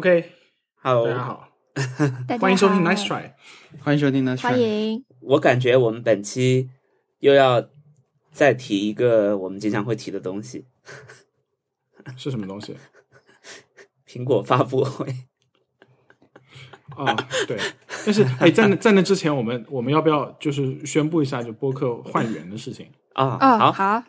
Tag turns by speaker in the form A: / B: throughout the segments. A: ，OK，Hello，
B: 大
C: 啊
B: 家好，
D: 大家
B: 欢迎收听
D: 好
B: Nice Try。
A: 欢迎收听 Nice
D: 欢
A: Try。
D: 迎。
C: 我感觉我们本期又要再提一个我们经常会提的东西
B: 是什么东西？
C: ——苹果发 布会。
B: 哦，对，但是哎，在那在那之前，我们我们要不要就是宣布一下就播客换员的事情？
C: 啊、
D: 哦，
C: 好，
D: 好，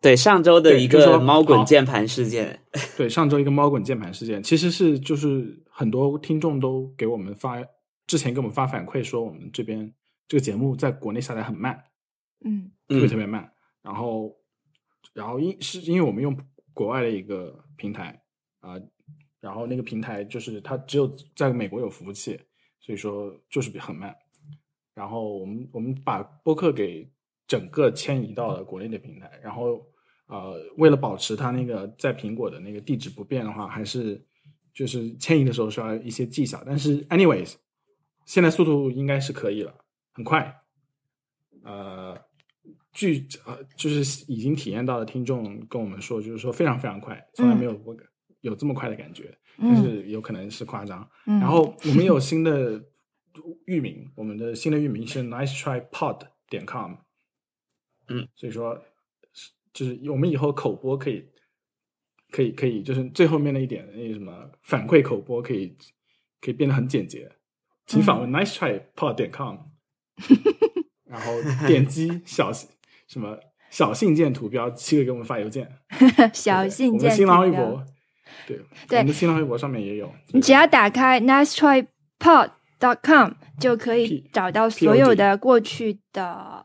C: 对上周的
B: 对
C: 一
B: 就说
C: 个猫
B: 好
C: 滚键盘事件，
B: 对，上周一个猫滚键盘事件，其实是就是很多听众都给我们发之前给我们发反馈说，我们这边这个节目在国内下载很慢，
D: 嗯
B: 特别
C: 嗯
B: 特别慢。然后，然后因是因为我们用国外的一个平台啊、然后那个平台就是它只有在美国有服务器，所以说就是比很慢。然后我们我们把播客给整个迁移到了国内的平台，然后呃，为了保持它那个在苹果的那个地址不变的话，还是就是迁移的时候需要一些技巧。但是，anyways，现在速度应该是可以了，很快。呃，据呃就是已经体验到的听众跟我们说，就是说非常非常快，从来没有过、有这么快的感觉，但
D: 嗯
B: 是有可能是夸张。
D: 嗯，
B: 然后我们有新的域名，我们的新的域名是 nice try pod 点 com。
C: 嗯，
B: 所以说是就是我们以后口播可以，可以可以，就是最后面那一点那个什么反馈口播可以可以变得很简洁，请访问 nice try pod 点 com，、然后点击小什么小信件图标，记得给我们发邮件。
D: 小
B: 对
D: 信
B: 我们
D: 件，
B: 的新浪微。博，对，
D: 对
B: 我们的新浪微博上面也有。
D: 你只要打开 nice try pod dot com 就可以
B: P-
D: 找到所有的过去的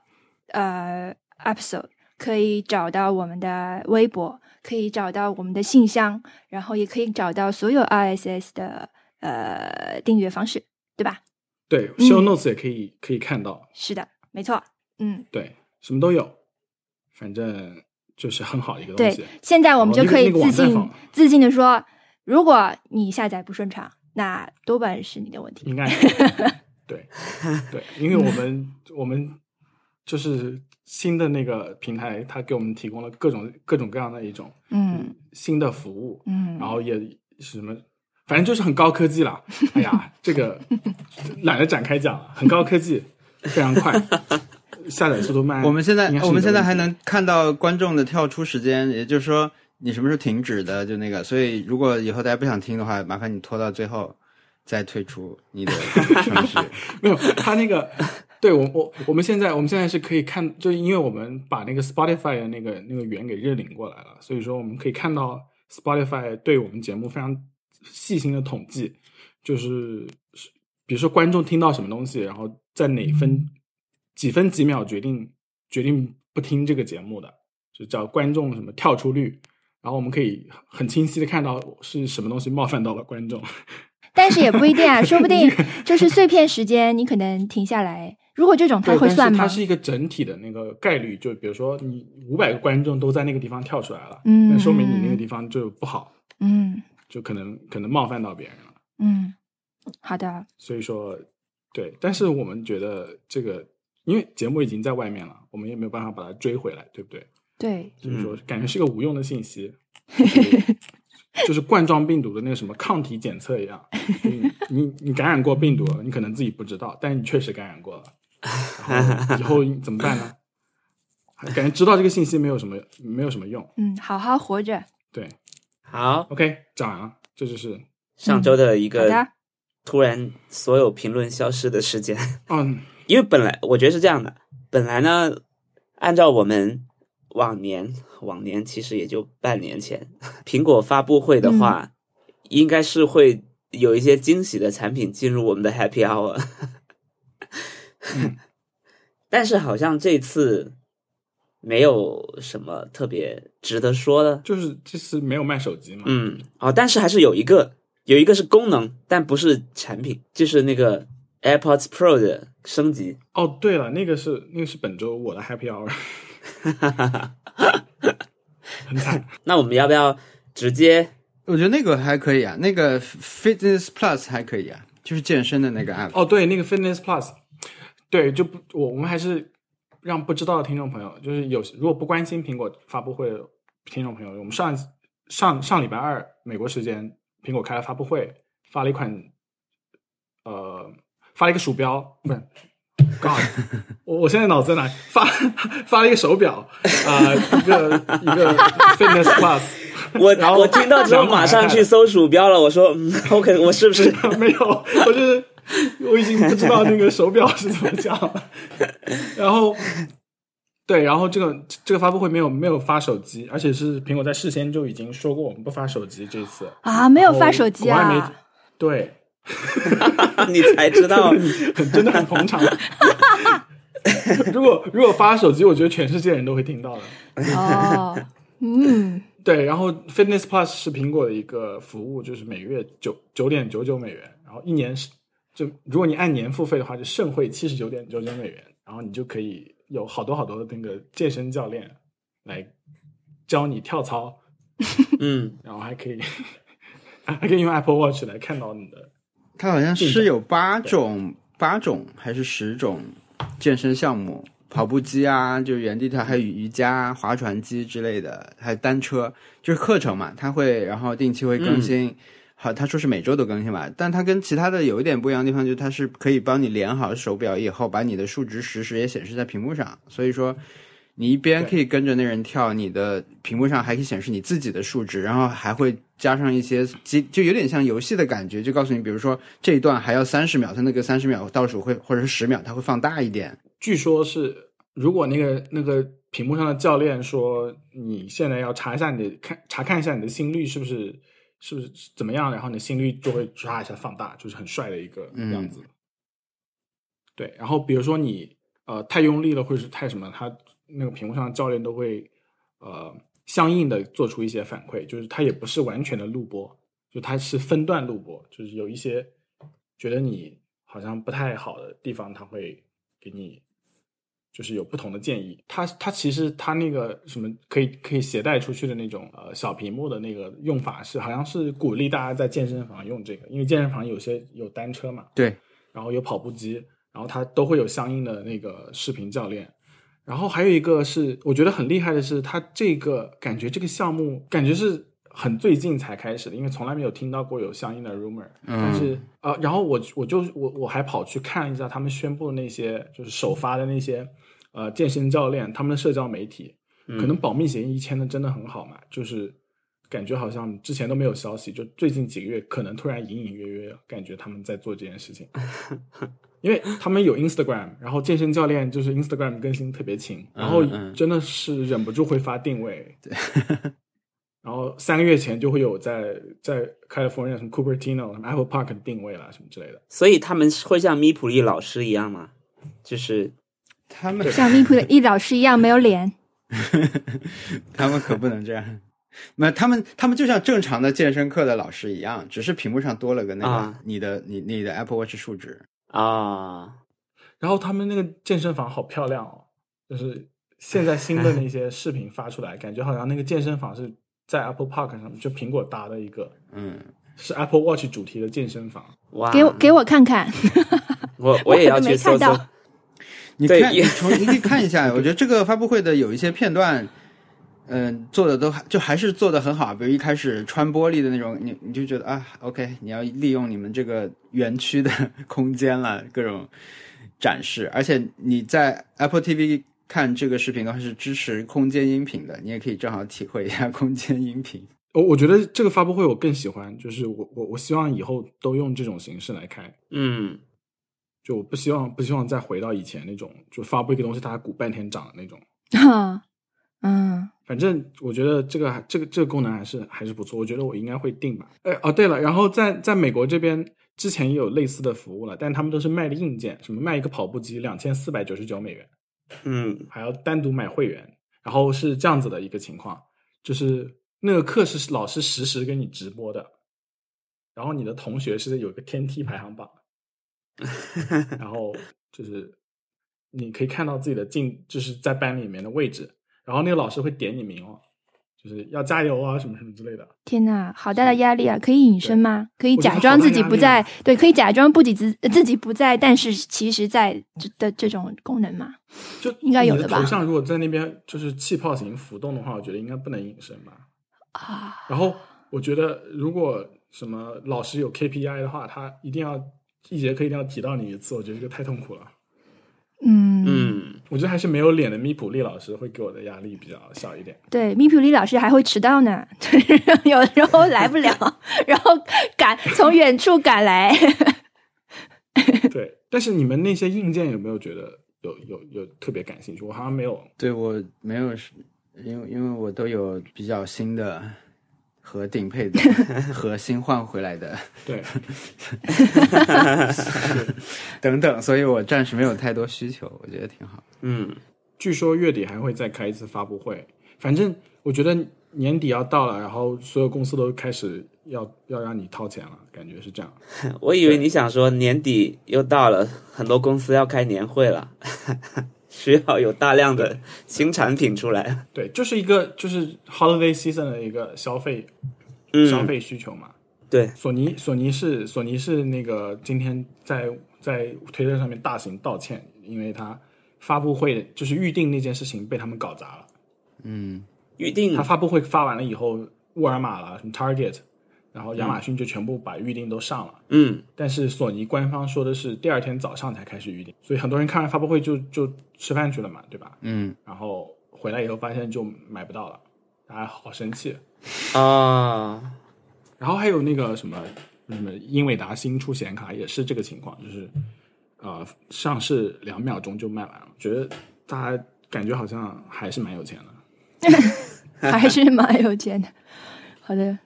D: 呃 episode，可以找到我们的微博，可以找到我们的信箱，然后也可以找到所有 RSS 的呃订阅方式，对吧？
B: 对
D: 嗯
B: ，show notes 也可以可以看到，
D: 是的，没错。嗯，
B: 对，什么都有，反正就是很好的一个东
D: 对
B: 西。，
D: 现在我们
B: 哦
D: 就
B: 那
D: 可
B: 个
D: 以
B: 那个
D: 自
B: 网站
D: 信、
B: 放
D: 自信的说，如果你下载不顺畅，那多半是你的问题。
B: 应该 对对，因为我们我们就是新的那个平台，它给我们提供了各种各种各样的一种
D: 嗯
B: 新的服务，
D: 嗯，
B: 然后也是什么，反正就是很高科技 啦。哎呀，这个懒得展开讲了，很高科技，非常 快，下载速度慢。
A: 我们现在
B: 嗯应该是
A: 我们
B: 你的
A: 现在
B: 问
A: 还
B: 题
A: 能看到观众的跳出时间，也就是说你什么时候停止的，就那个。所以如果以后大家不想听的话，麻烦你拖到最后再退出 你的城市。
B: 没有，他那个，对我我我们现在我们现在是可以看，就是因为我们把那个 Spotify 的那个那个源给认领过来了，所以说我们可以看到 Spotify 对我们节目非常细心的统计，就是是比如说观众听到什么东西，然后在哪分几分几秒决定决定不听这个节目的，就叫观众什么跳出率。然后我们可以很清晰的看到是什么东西冒犯到了观众，
D: 但是也不一 定啊，说不定就是碎片时间，你可能停下来。如果这种它
B: 对，
D: 会
B: 但是
D: 算吗
B: 它？是一个整体的那个概率，就比如说你五百个观众都在那个地方跳出来了，
D: 嗯
B: 那说明你那个地方就不好，
D: 嗯
B: 就可能可能冒犯到别人了。
D: 嗯，好的，
B: 所以说，对，但是我们觉得这个，因为节目已经在外面了，我们也没有办法把它追回来，对不对？
D: 对，
B: 所以说，感觉是个无用的信息，就是就是冠状病毒的那个什么抗体检测一样，你你你感染过病毒了，你可能自己不知道，但你确实感染过了，然后以后你怎么办呢？感觉知道这个信息没有什么没有什么用。
D: 嗯，好好活着。
B: 对
C: 好，
B: ，OK，讲完了，这就是
C: 上周的一
D: 嗯好
C: 个
D: 的，
C: 突然所有评论消失的事件。
B: 嗯
C: 因为本来我觉得是这样的，本来呢，按照我们往年往年其实也就半年前，苹果发布会的话，应该是会有一些惊喜的产品进入我们的 Happy Hour，
B: 嗯
C: 但是好像这次没有什么特别值得说的。
B: 就是这次没有卖手机嘛，
C: 嗯，哦，但是还是有一个，有一个是功能，但不是产品，就是那个 AirPods Pro 的升级。
B: 哦，对了，那个是那个是本周我的 Happy Hour，很惨，
C: 那我们要不要直 接？
A: 我觉得那个还可以啊，那个 Fitness Plus 还可以啊，就是健身的那个 app。
B: 哦，对，那个 Fitness Plus，对，就不，我我们还是让不知道的听众朋友，就是有如果不关心苹果发布会的听众朋友，我们上一次上上礼拜二美国时间，苹果开了发布会，发了一款，呃，发了一个鼠标，不是，God，我我现在脑子在哪？发发了一个手表，啊、一个一个 fitness plus，
C: 我
B: 然后
C: 我听到之后马上去搜鼠标了，我说嗯，OK，我 是不 是
B: 没有，我就是我已经不知道那个手表是怎么讲了。然后，对，然后这个这个发布会没有没有发手机，而且是苹果在事先就已经说过我们不发手机这次。
D: 啊，没有
B: 然
D: 发
B: 后
D: 手机
B: 国外媒体
D: 啊，
B: 对，
C: 你才知 道？
B: 真的很捧场。 如果如果发手机，我觉得全世界人都会听到的。
D: 哦，嗯，
B: 对，然后 Fitness Plus 是苹果的一个服务，就是每月九九点九九美元，然后一年是就如果你按年付费的话，就盛会七十九点九九美元，然后你就可以有好多好多的那个健身教练来教你跳操，
C: 嗯，
B: 然后还可以 还可以用 Apple Watch 来看到你的。
A: 它好像是有八种、八种还是十种健身项目，跑步机啊，就是原地跳，还有瑜伽啊、划船机之类的，还有单车，就是课程嘛，它会然后定期会
B: 嗯
A: 更新。好，他说是每周都更新吧，但它跟其他的有一点不一样的地方，就是它是可以帮你连好手表以后，把你的数值实时也显示在屏幕上，所以说你一边
B: 对
A: 可以跟着那人跳，你的屏幕上还可以显示你自己的数值，然后还会加上一些，就就有点像游戏的感觉，就告诉你，比如说这一段还要三十秒，它那个三十秒倒数会或者是十秒，它会放大一点。
B: 据说是如果那个那个屏幕上的教练说你现在要查一下你的看查看一下你的心率是不是是不是怎么样，然后你的心率就会唰一下放大，就是很帅的一个
A: 嗯
B: 样子。对，然后比如说你呃太用力了或者是太什么，他那个屏幕上的教练都会呃相应的做出一些反馈，就是他也不是完全的录播，就它是分段录播，就是有一些觉得你好像不太好的地方，它会给你就是有不同的建议。它它其实它那个什么可以可以携带出去的那种呃小屏幕的那个用法是，好像是鼓励大家在健身房用这个，因为健身房有些有单车嘛，
A: 对，
B: 然后有跑步机，然后它都会有相应的那个视频教练。然后还有一个是，我觉得很厉害的是，它这个感觉这个项目感觉是很最近才开始的，因为从来没有听到过有相应的 rumor。
A: 嗯
B: 但是呃，然后我我就我我还跑去看了一下他们宣布的那些就是首发的那些呃健身教练他们的社交媒体，可
A: 嗯
B: 能保密协议签的真的很好嘛，就是感觉好像之前都没有消息，就最近几个月可能突然隐隐约约感觉他们在做这件事情， 因为他们有 Instagram，然后健身教练就是 Instagram 更新特别勤，然后
A: 嗯嗯
B: 真的是忍不住会发定位，对，然后三个月前就会有在在 California 什么 Cupertino、什么 Apple Park 的定位啦什么之类的，
C: 所以他们会像米普利老师一样吗？就是
A: 他们
D: 像密普的易老师一样没有脸，
A: 他们可不能这样。 那他们他们就像正常的健身课的老师一样，只是屏幕上多了个那个、
C: 啊
A: 你的你你的 Apple Watch 数值。
C: 啊，
B: 然后他们那个健身房好漂亮哦，就是现在新的那些视频发出来，感觉好像那个健身房是在 Apple Park 上面，就苹果搭的一个，
A: 嗯，
B: 是 Apple Watch 主题的健身房。
C: 哇！
D: 给我给我看看。
C: 我
D: 我
C: 也
D: 可
C: 要
D: 能
C: 去
D: 没
C: 搜
D: 看
C: 搜
D: 到。
A: 你
C: 对
A: 看，你
C: 也
A: 从你可以看 一下，我觉得这个发布会的有一些片段，嗯、做的都还就还是做的很好。比如一开始穿玻璃的那种，你你就觉得啊，OK，你要利用你们这个园区的 空间了，各种展示。而且你在 Apple TV 看这个视频的话是支持空间音频的，你也可以正好体会一下 空间音频。
B: 我我觉得这个发布会我更喜欢，就是我我我希望以后都用这种形式来开，
C: 嗯，
B: 就我不希望不希望再回到以前那种，就发布一个东西大家鼓半天掌的那种。
D: 哈，嗯，
B: 反正我觉得这个还这个这个功能还是还是不错，我觉得我应该会定吧。哎哦，对了，然后在在美国这边之前也有类似的服务了，但他们都是卖的硬件，什么卖一个跑步机两千四百九十九美元，
C: 嗯
B: 还要单独买会员，然后是这样子的一个情况，就是那个课是老师实时给你直播的，然后你的同学是有一个天梯排行榜，然后就是你可以看到自己的进，就是在班里面的位置，然后那个老师会点你名哦，就是要加油啊什么什么之类的。
D: 天呐，好大的压力啊！可以隐身吗？可以
B: 我觉得
D: 假装自己
B: 好
D: 不
B: 大压力
D: 在
B: 啊？
D: 对，可以假装不仅自自己不在，但是其实在这的这种功能吗？
B: 就
D: 应该有
B: 你的
D: 的吧
B: 头像如果在那边就是气泡型浮动的话，我觉得应该不能隐身吧。
D: 啊，
B: 然后我觉得，如果什么老师有 KPI 的话，他一定要一节课一定要提到你一次，我觉得这个太痛苦了。
D: 嗯
C: 嗯，
B: 我觉得还是没有脸的咪普利老师会给我的压力比较小一点。
D: 对，米普利老师还会迟到呢， 有时候来不了，然后赶从远处赶来。
B: 对，但是你们那些硬件有没有觉得有有有特别感兴趣？我好像没有。
A: 对我没有是，因为因为我都有比较新的和顶配的 和新换回来的
B: 对，
A: 等等，所以我暂时没有太多需求，我觉得挺好。
C: 嗯，
B: 据说月底还会再开一次发布会。反正我觉得年底要到了，然后所有公司都开始要要让你掏钱了，感觉是这样。
C: 我以为你想说年底又到了，很多公司要开年会了， 需要有大量的新产品出来。
B: 对，就是一个就是 holiday season 的一个消费、消
C: 嗯，
B: 费需求嘛。
C: 对，
B: 索尼索尼是索尼是那个今天在在推特上面大型道歉，因为他发布会就是预定那件事情被他们搞砸了。
A: 嗯，
C: 预定
B: 他发布会发完了以后，沃尔玛啦、什么 Target，然后亚马逊就全部把预定都上了。
C: 嗯
B: 但是索尼官方说的是第二天早上才开始预定，所以很多人看完发布会就就吃饭去了嘛，对吧？
A: 嗯，
B: 然后回来以后发现就买不到了，大家好生气。
C: 啊，
B: 然后还有那个什么什么英伟达新出显卡也是这个情况，就是呃上市两秒钟就卖完了，觉得大家感觉好像还是蛮有钱的。
D: 还是蛮有钱的。好的，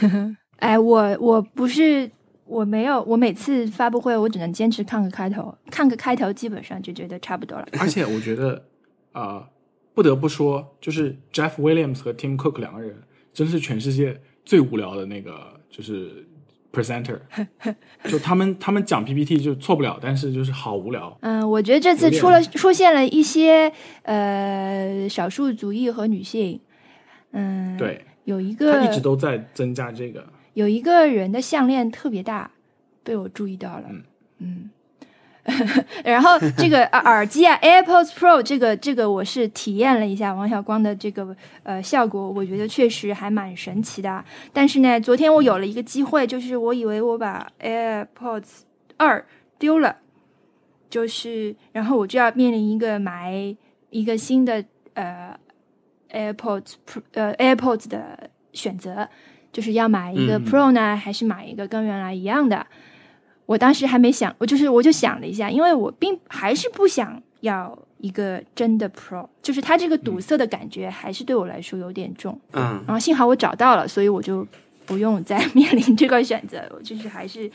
D: 哎，我我不是我没有，我每次发布会我只能坚持看个开头，看个开头基本上就觉得差不多了。
B: 而且我觉得，呃，不得不说，就是 Jeff Williams 和 Tim Cook 两个人，真是全世界最无聊的那个，就是 presenter，就他们他们讲 PPT 就错不了，但是就是好无聊。
D: 嗯，我觉得这次出了出现了一些呃少数族裔和女性，嗯，，
B: 对
D: 有一个
B: 他一直都在增加这个，
D: 有一个人的项链特别大，被我注意到了。
B: 嗯
D: 嗯 然后这个呃耳机啊，AirPods Pro 这个这个我是体验了一下王小光的这个呃效果，我觉得确实还蛮神奇的。啊但是呢，昨天我有了一个机会，就是我以为我把 AirPods 二丢了，就是然后我就要面临一个买一个新的呃 AirPods Pro 呃 AirPods 的选择，就是要买一个
C: 嗯
D: Pro 呢，还是买一个跟原来一样的？我当时还没想，我就是我就想了一下，因为我并还是不想要一个真的 Pro，就是它这个堵塞的感觉还是对我来说有点重。
C: 嗯，
D: 然后幸好我找到了，所以我就不用再面临这个选择，我就是还是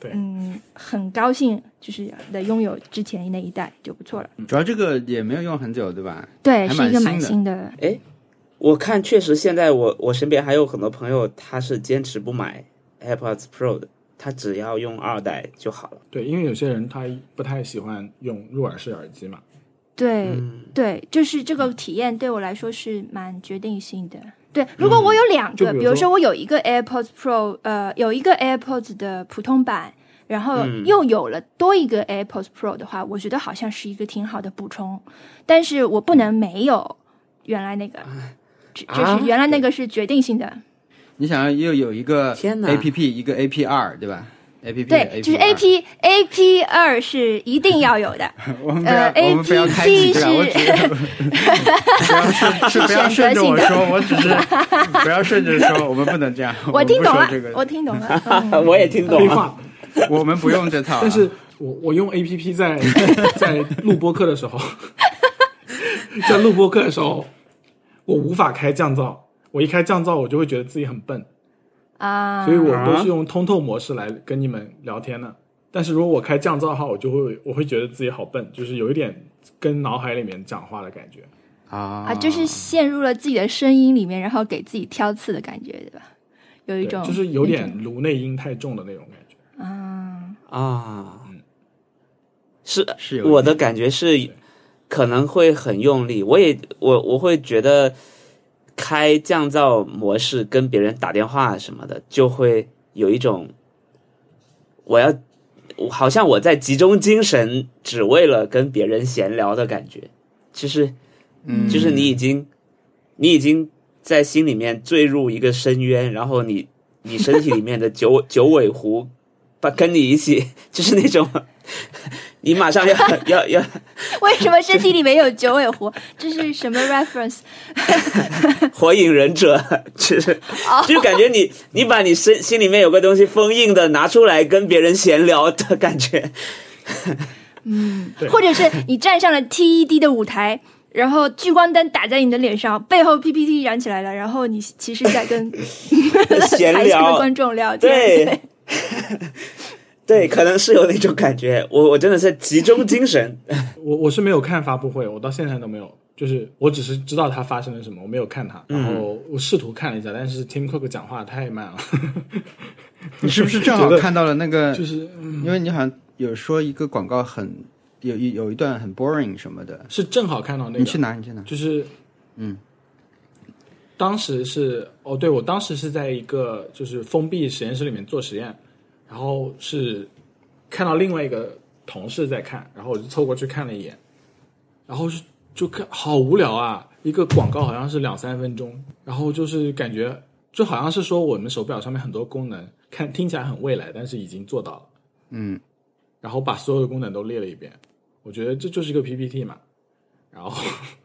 B: 对
D: 嗯很高兴，就是的拥有之前那一代就不错了。
A: 主要这个也没有用很久，对吧？
D: 对，
A: 嗯还
D: 是
A: 蛮
D: 一个蛮
A: 新
D: 新的，
C: 我看确实现在我我身边还有很多朋友，他是坚持不买 AirPods Pro 的，他只要用二代就好了。
B: 对，因为有些人他不太喜欢用入耳式耳机嘛。
D: 对、
C: 嗯
D: 对，就是这
A: 嗯
D: 个体验对我来说是蛮决定性的。对，如
A: 嗯
D: 果我有两
B: 就
D: 个，
B: 比如
D: 比如
B: 说
D: 说我有一个 AirPods Pro，呃，有一个 AirPods 的普通版，然后
C: 嗯
D: 又有了多一个 AirPods Pro 的话，我觉得好像是一个挺好的补充。但是我不能
A: 嗯
D: 没有原来那个，只就
C: 啊
D: 是原来那个是决定性的。
A: 你想要又有一个
C: 天哪
A: A P P，一个 A P 二，对吧？A P P
D: 对，就是 A P A P 二是一定要有的。
A: 我们不要、
D: 呃
A: 我们不要开启对吧？
D: APP
A: 我只是不要顺 是不要顺着我说，我只是不要顺着说，我们不能这样。
D: 我听懂
A: 们
D: 了
A: 不说这，个
D: 我听懂 了。嗯
C: 啊我也听懂
B: 废
C: 了，
B: 话，
A: 我们不用这套啊、
B: 但是我我用 A P P 在 在录播课的时候， 在录播课的时候，我无法开降噪，我一开降噪我就会觉得自己很笨，
D: 啊，
B: 所以我都是用通透模式来跟你们聊天的。但是如果我开降噪的话，我就会我会觉得自己好笨，就是有一点跟脑海里面讲话的感觉。
A: 啊
D: 啊，就是陷入了自己的声音里面，然后给自己挑刺的感觉，对吧？有一
B: 对，
D: 种
B: 就是有点颅内音太重的那种感觉。
D: 啊，
C: 啊
B: 嗯，
C: 是
A: 是有
C: 我
A: 一点
C: 的感觉是可能会很用力，我也我我会觉得开降噪模式跟别人打电话什么的，就会有一种我要我好像我在集中精神，只为了跟别人闲聊的感觉，就是
A: 嗯
C: 就是你已经你已经在心里面坠入一个深渊，然后你你身体里面的九九尾狐，把跟你一起， 就是那种你马上要要要
D: 为什么身体里面有九尾狐？ 这是什么 reference？
C: 火影忍者，就是就感觉你你把你身心里面有个东西封印的拿出来跟别人闲聊的感觉，
B: 对
D: 或者是你站上了 TED 的舞台，然后聚光灯打在你的脸上，背后 PPT 燃起来了，然后你其实 在跟
C: 闲
D: 台下的
C: 聊，
D: 观众聊天。
C: 对，对，可能是有那种感觉。我我真的是集中精神，
B: 我我是没有看发布会，我到现在都没有，就是我只是知道它发生了什么，我没有看它。
A: 嗯
B: 然后我试图看了一下，但是 Tim Cook 讲话太慢了，
A: 你是不是正好看到了那个？
B: 就是、嗯
A: 因为你好像有说一个广告很有一有一段很 boring 什么的，
B: 是正好看到那
A: 你去
B: 个，
A: 拿，你去拿。
B: 就是嗯，当时是哦，对我当时是在一个就是封闭实验室里面做实验，然后是看到另外一个同事在看，然后我就凑过去看了一眼，然后是就看好无聊啊，一个广告好像是两三分钟，然后就是感觉就好像是说我们手表上面很多功能看听起来很未来，但是已经做到了，
A: 嗯，
B: 然后把所有的功能都列了一遍，我觉得这就是一个 PPT 嘛，然后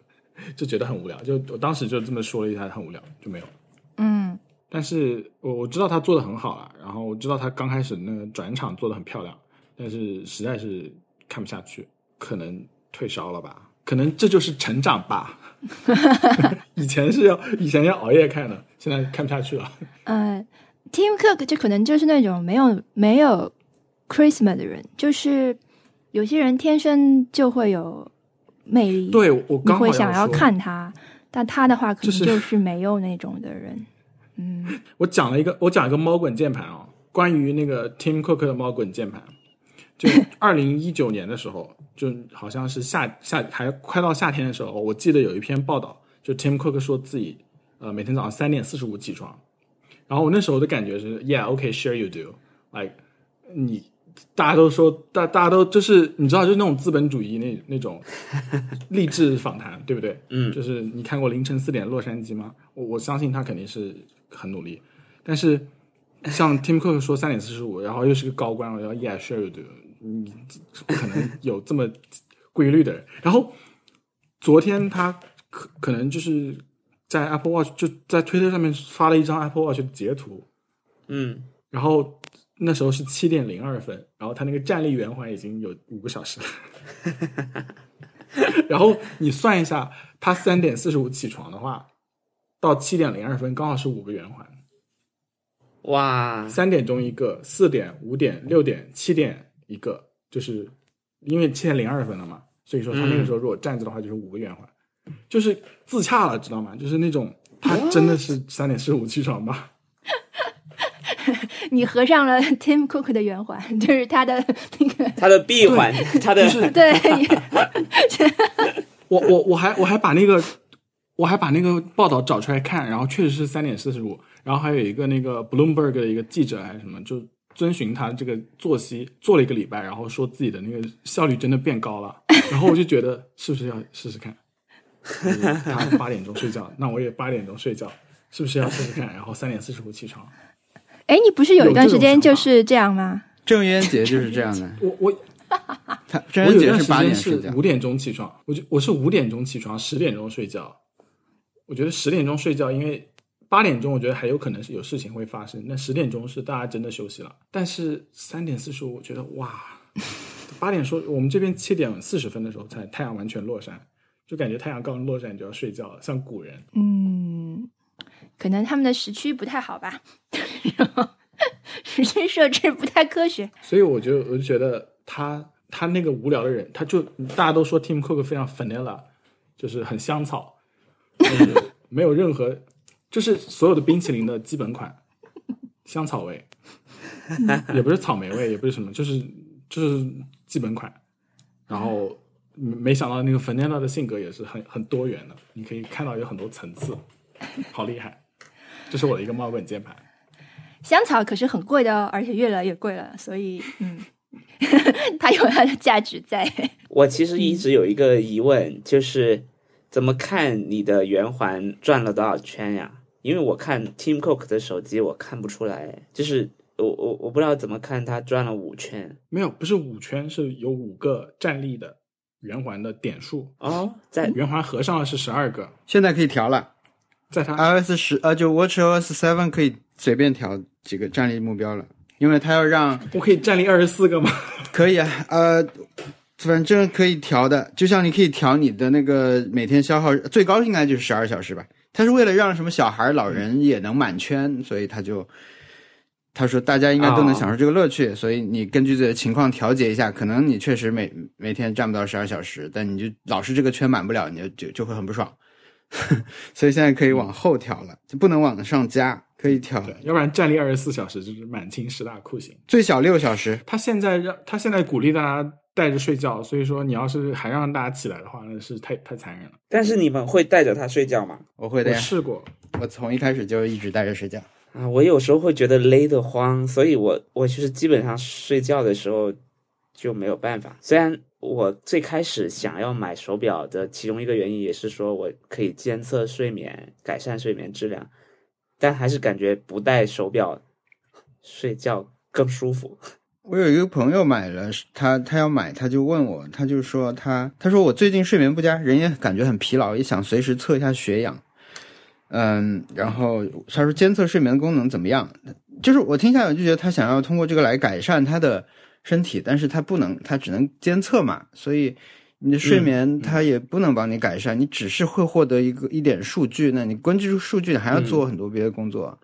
B: 就觉得很无聊，就我当时就这么说了一下，很无聊就没有了。
D: 嗯，
B: 但是我我知道他做的很好了，然后我知道他刚开始那个转场做的很漂亮，但是实在是看不下去，可能退烧了吧，可能这就是成长 吧。以前是要以前要熬夜看的，现在看不下去了。
D: 呃，Tim Cook 这可能就是那种没有没有 charisma 的人，就是有些人天生就会有魅力，
B: 对我
D: 你
B: 刚好
D: 会想
B: 要
D: 要
B: 说
D: 看他，但他的话可
B: 就
D: 能
B: 是
D: 就是没有那种的人。嗯，
B: 我讲了一个，我讲一个猫滚键盘哦，关于那个 Tim Cook 的猫滚键盘，就二零一九年的时候，就好像是夏夏还快到夏天的时候，我记得有一篇报道，就 Tim Cook 说自己呃每天早上三点四十五起床，然后我那时候的感觉是，Yeah，OK，sure、you do，like 你大家都说大大家都就是你知道就是那种资本主义那那种励志访谈，对不对？
C: 嗯
B: 就是你看过凌晨四点洛杉矶吗？我我相信他肯定是很努力，但是像 Tim Cook 说三点四十五，然后又是个高官，我要 Yeah sure you do，你不可能有这么规律的人。然后昨天他可可能就是在 Apple Watch 就在推特上面发了一张 Apple Watch 的截图，
C: 嗯，
B: 然后那时候是七点零二分，然后他那个站立圆环已经有五个小时了。 然后你算一下，他三点四十五起床的话，到七点零二分刚好是五个圆环，
C: 哇，
B: 三点钟一个，四点、五点、六点、七点一个，就是因为七点零二分了嘛，所以说他那个时候如果站着的话就是五个圆环，就是自洽了，知道吗？就是那种他真的是三点四十五起床吧。
D: 你合上了 Tim Cook 的圆环，就是他的那个
C: 他的闭环，他的、
D: 对，
B: 我我我还我还把那个我还把那个报道找出来看，然后确实是三点四十五，然后还有一个那个 Bloomberg 的一个记者还是什么，就遵循他这个作息做了一个礼拜，然后说自己的那个效率真的变高了，然后我就觉得是不是要试试看？就是他八点钟睡觉，那我也八点钟睡觉，是不是要试试看？然后三点四十五起床，
D: 哎，你不是有一段时间
B: 有这种想
D: 就
B: 法
D: 是这样吗？
A: 郑渊洁就是这样的，
B: 我我
A: 他
B: 我
A: 郑
B: 有一
A: 渊洁
B: 段
A: 是
B: 时
A: 八
B: 间
A: 点睡
B: 是
A: 觉
B: 五，点钟起床，我就我是五点钟起床，十点钟睡觉。我觉得十点钟睡觉，因为八点钟我觉得还有可能是有事情会发生，那十点钟是大家真的休息了。但是三点四十五，我觉得哇，八点说我们这边七点四十分的时候才太阳完全落山，就感觉太阳刚落山就要睡觉了，像古人。
D: 嗯，可能他们的时区不太好吧，然后时区设置不太科学。
B: 所以我就我就觉得他他那个无聊的人，他就大家都说 Tim Cook 非常 vanilla，就是很香草，就是没有任何，就是所有的冰淇淋的基本款，香草味，也不是草莓味，也不是什么，就是就是基本款。然后没没想到那个 vanilla 的性格也是很很多元的，你可以看到有很多层次，好厉害！这是我的一个猫滚键盘。
D: 香草可是很贵的哦，而且越来越贵了，所以嗯， 它有它的价值在。
C: 我其实一直有一个疑问，就是怎么看你的圆环转了多少圈呀？因为我看 Tim Cook 的手机，我看不出来，就是我我我不知道怎么看他转了五圈
B: 没有，不是五圈，是有五个站立的圆环的点数，
C: 哦，在
B: 圆环合上了是十二个，
A: 现在可以调了
B: 在它
A: ，iOS 十呃，就 WatchOS Seven 可以随便调几个站立目标了，因为它要让
B: 我可以站立二十四个吗？
A: 可以啊，呃，反正可以调的，就像你可以调你的那个每天消耗，最高应该就是十二小时吧。他是为了让什么小孩、老人也能满圈，所以他就他说大家应该都能享受这个乐
B: 啊
A: 趣，所以你根据自己的情况调节一下，可能你确实每每天站不到十二小时，但你就老是这个圈满不了，你就就就会很不爽。 所以现在可以往后调了，就不能往上加，可以调
B: 对，要不然站立二十四小时就是满清十大酷刑。
A: 最小六小时。
B: 他现在让他现在鼓励大家带着睡觉，所以说你要是还让大家起来的话，那是太太残忍了。
C: 但是你们会带着它睡觉吗？
A: 我会的
B: 我
A: 呀，
B: 试过，
A: 我从一开始就一直带着睡觉。
C: 啊，我有时候会觉得勒得慌，所以我我就是基本上睡觉的时候就没有办法。虽然我最开始想要买手表的其中一个原因也是说我可以监测睡眠、改善睡眠质量，但还是感觉不戴手表睡觉更舒服。
A: 我有一个朋友买了，他他要买，他就问我，他就说他他说我最近睡眠不佳，人也感觉很疲劳，也想随时测一下血氧。嗯，然后他说监测睡眠功能怎么样？就是我听下来我就觉得他想要通过这个来改善他的身体，但是他不能，他只能监测嘛，所以你的睡眠他也不能帮你改善，你只是会获得一个一点数据，那你根据数据还要做很多别的工作，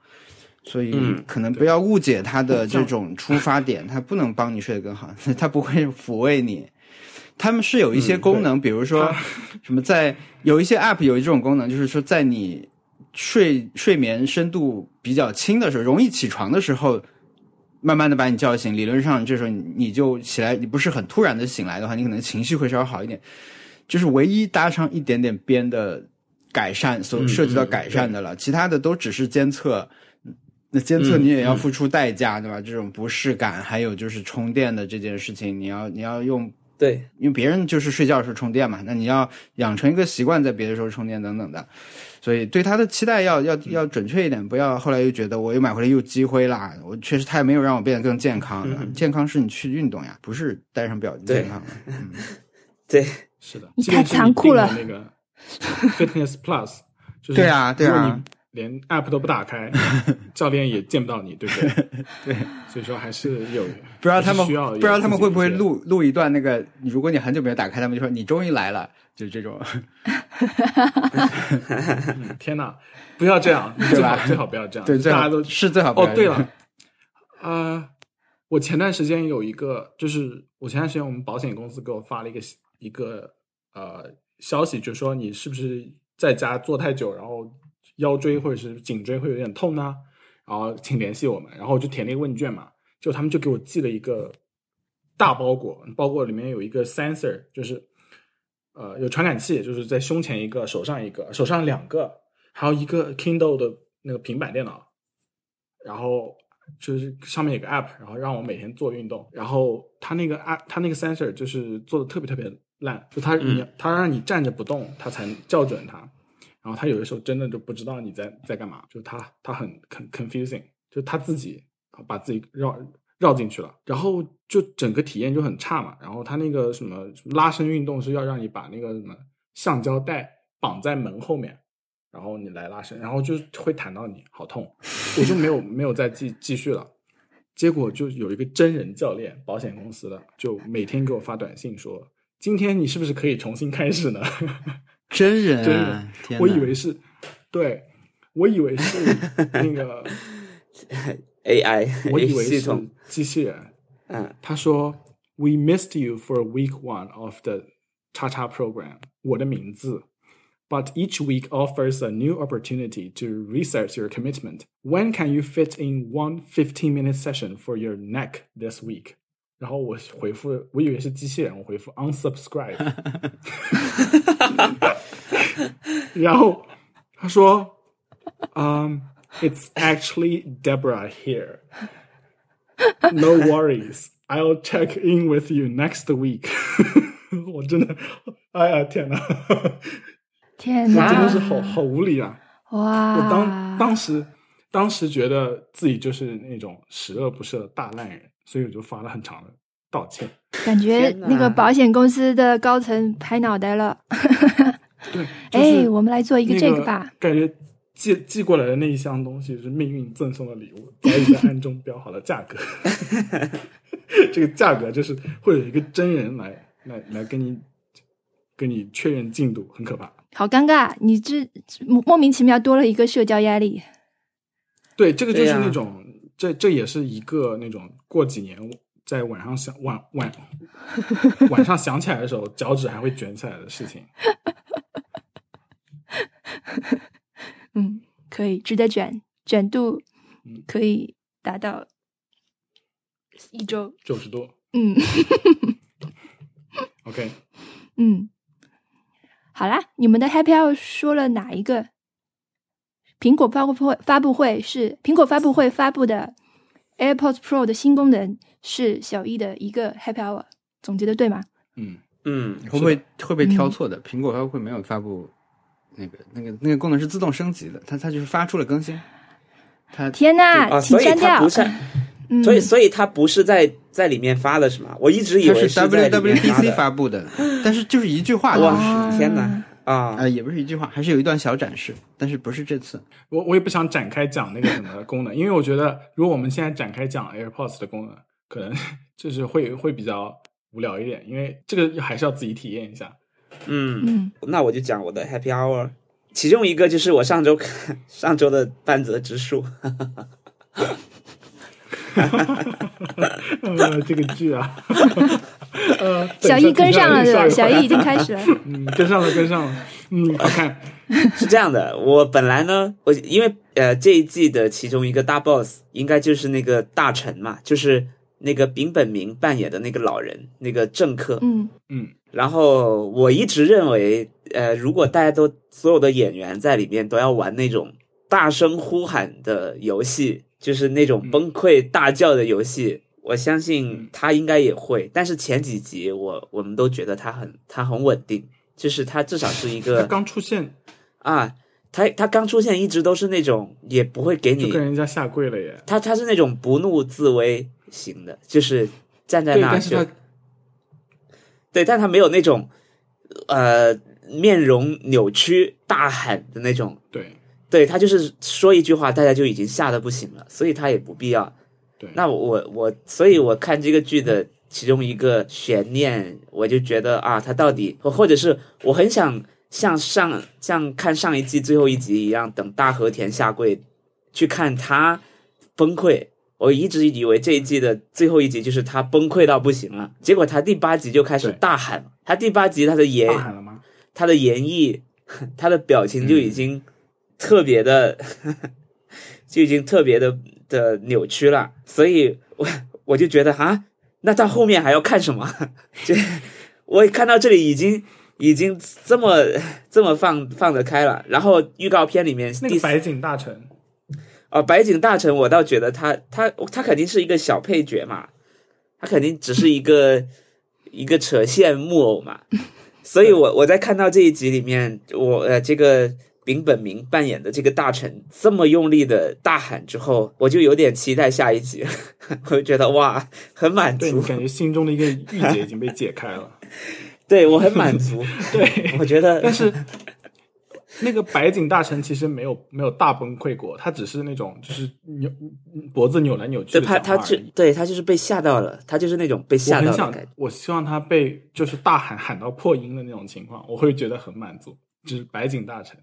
A: 所以
C: 嗯
A: 可能不要误解他的这种出发点，他不能帮你睡得更好， 他不会抚慰你。他们是有一些
B: 嗯
A: 功能，比如说什么在有一些 App 有一种功能，就是说在你睡睡眠深度比较轻的时候，容易起床的时候，慢慢的把你叫醒。理论上这时候你你就起来，你不是很突然的醒来的话，你可能情绪会稍微好一点。就是唯一搭上一点点边的改善，所
C: 嗯
A: 涉及到改善的了，其他的都只是监测。那监测
C: 嗯
A: 你也要付出代价，对吧？这种不适感，还有就是充电的这件事情，你要你要用
C: 对，
A: 因为别人就是睡觉的时候充电嘛，那你要养成一个习惯，在别的时候充电等等的，所以对他的期待要
B: 嗯
A: 要要准确一点，不要后来又觉得我又买回来又积灰啦，我确实他也没有让我变得更健康的，
C: 嗯
A: 健康是你去运动呀，不是戴上表就健康了。 嗯、
B: 是的，
D: 你
B: 即便
D: 太
B: 是
D: 残酷
B: 订
D: 了
B: 那个 Fitness Plus，就是
A: 对啊对啊
B: 如果你连 App 都不打 开，教练也见不到你，对不对？对，所以说还是有
A: 不知道他们
B: 还是需要有
A: 不知道他们会不会
B: 自己的
A: 录录一段那个，如果你很久没有打开，他们就说你终于来了，就这种。
B: 嗯天哪，不要这样，
A: 对
B: 最
A: 吧
B: 好最好不要这样，
A: 对，最
B: 大家
A: 好
B: 都
A: 是最好不
B: 哦
A: 要，
B: 对了，呃，我前段时间有一个，就是我前段时间我们保险公司给我发了一个一个呃消息，就说你是不是在家坐太久，然后腰椎或者是颈椎会有点痛呢？然后请联系我们。然后我就填了一个问卷嘛，就他们就给我寄了一个大包裹，包裹里面有一个 sensor，就是呃有传感器，就是在胸前一个，手上一个，手上两个，还有一个 Kindle 的那个平板电脑，然后就是上面有个 app，然后让我每天做运动。然后它那个 app，它那个 sensor 就是做的特别特别烂，就它你、
C: 嗯
B: 它让你站着不动，它才校准它。然后它有的时候真的就不知道你在在干嘛，就它它很很 confusing，就它自己把自己绕绕进去了，然后就整个体验就很差嘛。然后它那个什么什么拉伸运动是要让你把那个什么橡胶带绑在门后面，然后你来拉伸，然后就会弹到你，好痛，我就没有没有再继继续了。结果就有一个真人教练，保险公司的，就每天给我发短信说：“今天你是不是可以重新开始呢？”
A: 真人、
B: 真
A: 啊
B: 人，
A: 天
B: 我
A: 哪
B: 以为是，对我以为是那个，
C: AI
B: 我以为
C: 系
B: 是
C: 统，
B: 机器人。
C: 嗯，
B: 他说：“We missed you for week one of the 叉叉 program，我的名字。But each week offers a new opportunity to research your commitment. When can you fit in one 15-minute session for your neck this week？” 然后我回复，我以为是机器人，我回复 unsubscribe。然后他说，嗯、i t s actually Deborah here. No worries, I'll check in with you next week. 我真的，哎呀天哪，
D: 天
B: 真
D: 哪
B: 的是，好好无理啊！
D: 哇！
B: 我当当时当时觉得自己就是那种十恶不赦的大烂人，所以我就发了很长的道歉。
D: 感觉
C: 天哪
D: 那个保险公司的高层拍脑袋了。
B: 对，就是
D: 哎，我们来做一个
B: 那
D: 这个吧。，
B: 感觉寄寄过来的那一箱东西是命运赠送的礼物， 早已在暗中标好了价格。 这个价格就是会有一个真人来来来跟你跟你确认进度，很可怕。
D: 好尴尬，你这莫莫名其妙多了一个社交压力。
B: 对，这个就
C: 对
B: 是
C: 呀
B: 那种，这这也是一个那种过几年在晚上想晚晚 晚上想起来的时候，脚趾还会卷起来的事情。
D: 嗯，可以，值得卷，卷度
B: 嗯
D: 可以达到一周。
B: 九十度
D: 嗯
B: ，OK，
D: 嗯，好啦，你们的 Happy Hour 说了哪一个？苹果发布会发布会是苹果发布会发布的 AirPods Pro 的新功能是小易的一个 Happy Hour，总结的对吗？
B: 嗯，
C: 嗯，
A: 会不会会不会挑错的？嗯苹果发布会没有发布那个那个那个功能是自动升级的，它它就是发出了更新，它
D: 天呐，
C: 啊，
D: 请
C: 所以
D: 删
C: 它
D: 掉
C: 不。是，
D: 嗯，
C: 所以所以它不是在在里面发的是吗？我一直以
A: 它
C: 为在里面发的
A: WWDC 发布 的，但是就是一句话当时，
C: 哇，天哪啊！
A: 呃，也不是一句话，还是有一段小展示，但是不是这次。
B: 我我也不想展开讲那个什么功能，因为我觉得如果我们现在展开讲 AirPods 的功能，可能 就是会会比较无聊一点，因为这个还是要自己体验一下。
C: 嗯，
D: 嗯
C: 那我就讲我的 Happy Hour，其中一个就是我上周 上周的半泽直树，
B: 呃，这个剧啊， 呃，等
D: 小
B: 一下
D: 易跟上了，对吧？
B: 等一下
D: 小易已经开始了。
B: 嗯跟上了，跟上了，嗯，好看，
C: 是这样的，我本来呢，我因为呃这一季的其中一个大 boss 应该就是那个大臣嘛，就是那个丙本明扮演的那个老人，那个政客。
D: 嗯
B: 嗯
C: 然后我一直认为，呃，如果大家都所有的演员在里面都要玩那种大声呼喊的游戏，就是那
B: 嗯
C: 种崩溃大叫的游戏，我相信他应该也会。但是前几集我我们都觉得他很他很稳定，就是他至少是一
B: 他
C: 个
B: 刚出现
C: 啊，他他刚出现一直都是那种也不会给
B: 就
C: 你
B: 跟，人家下跪了耶，
C: 他他是那种不怒自威型的，就是站在
B: 对，
C: 那
B: 但
C: 就是
B: 他
C: 对，但他没有那种呃面容扭曲大喊的那种，
B: 对
C: 对他就是说一句话，大家就已经吓得不行了，所以他也不必要。
B: 对，
C: 那我我我，所以我看这个剧的其中一个悬念，我就觉得啊，他到底，或或者是我很想像上像看上一季最后一集一样，等大和田下跪去看他崩溃。我一直以为这一季的最后一集就是他崩溃到不行了，结果他第八集就开始
B: 对
C: 大喊了。他第八集他的言
B: 大喊了吗？
C: 他的演绎， 他的表情就已经特别的， 就已经特别的的扭曲了，所以我我就觉得啊，那到后面还要看什么？ 这我看到这里已经已经这么这么放放得开了。然后预告片里面
B: 那
C: 第
B: 个
C: 四
B: 白景大臣，
C: 啊、白景大臣，我倒觉得他他他肯定是一个小配角嘛，他肯定只是一个一个扯线木偶嘛。所以我我在看到这一集里面，我呃这个丙本明扮演的这个大臣这么用力的大喊之后，我就有点期待下一集， 我就觉得哇，很满
B: 对你
C: 足，
B: 感觉心中的一个郁结已经被解开了，
C: 对我很满足，
B: 对。
C: 我觉得
B: 但是那个白景大臣其实没有没有大崩溃过，他只是那种就是扭脖子扭来扭去
C: 对
B: 的
C: 他
B: 讲
C: 他
B: 话而
C: 就
B: 已。
C: 对他就是被吓到了，他就是那种被
B: 我
C: 吓
B: 很
C: 到的
B: 想
C: 感觉。，
B: 我希望他被就是大喊喊到破音的那种情况，我会觉得很满足。就是白景大臣，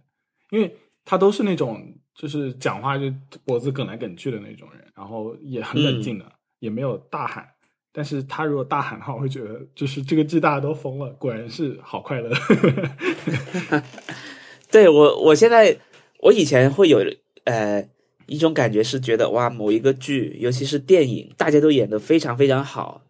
B: 因为他都是那种就是讲话就脖子梗来梗去的那种人，然后也很冷静
C: 嗯
B: 的，也没有大喊。但是他如果大喊的话，我会觉得就是这个剧大家都疯了，果然是好快乐。
C: 对我，我现在我以前会有呃一种感觉是觉得哇，某一个剧，尤其是电影，大家都演得非常非常好，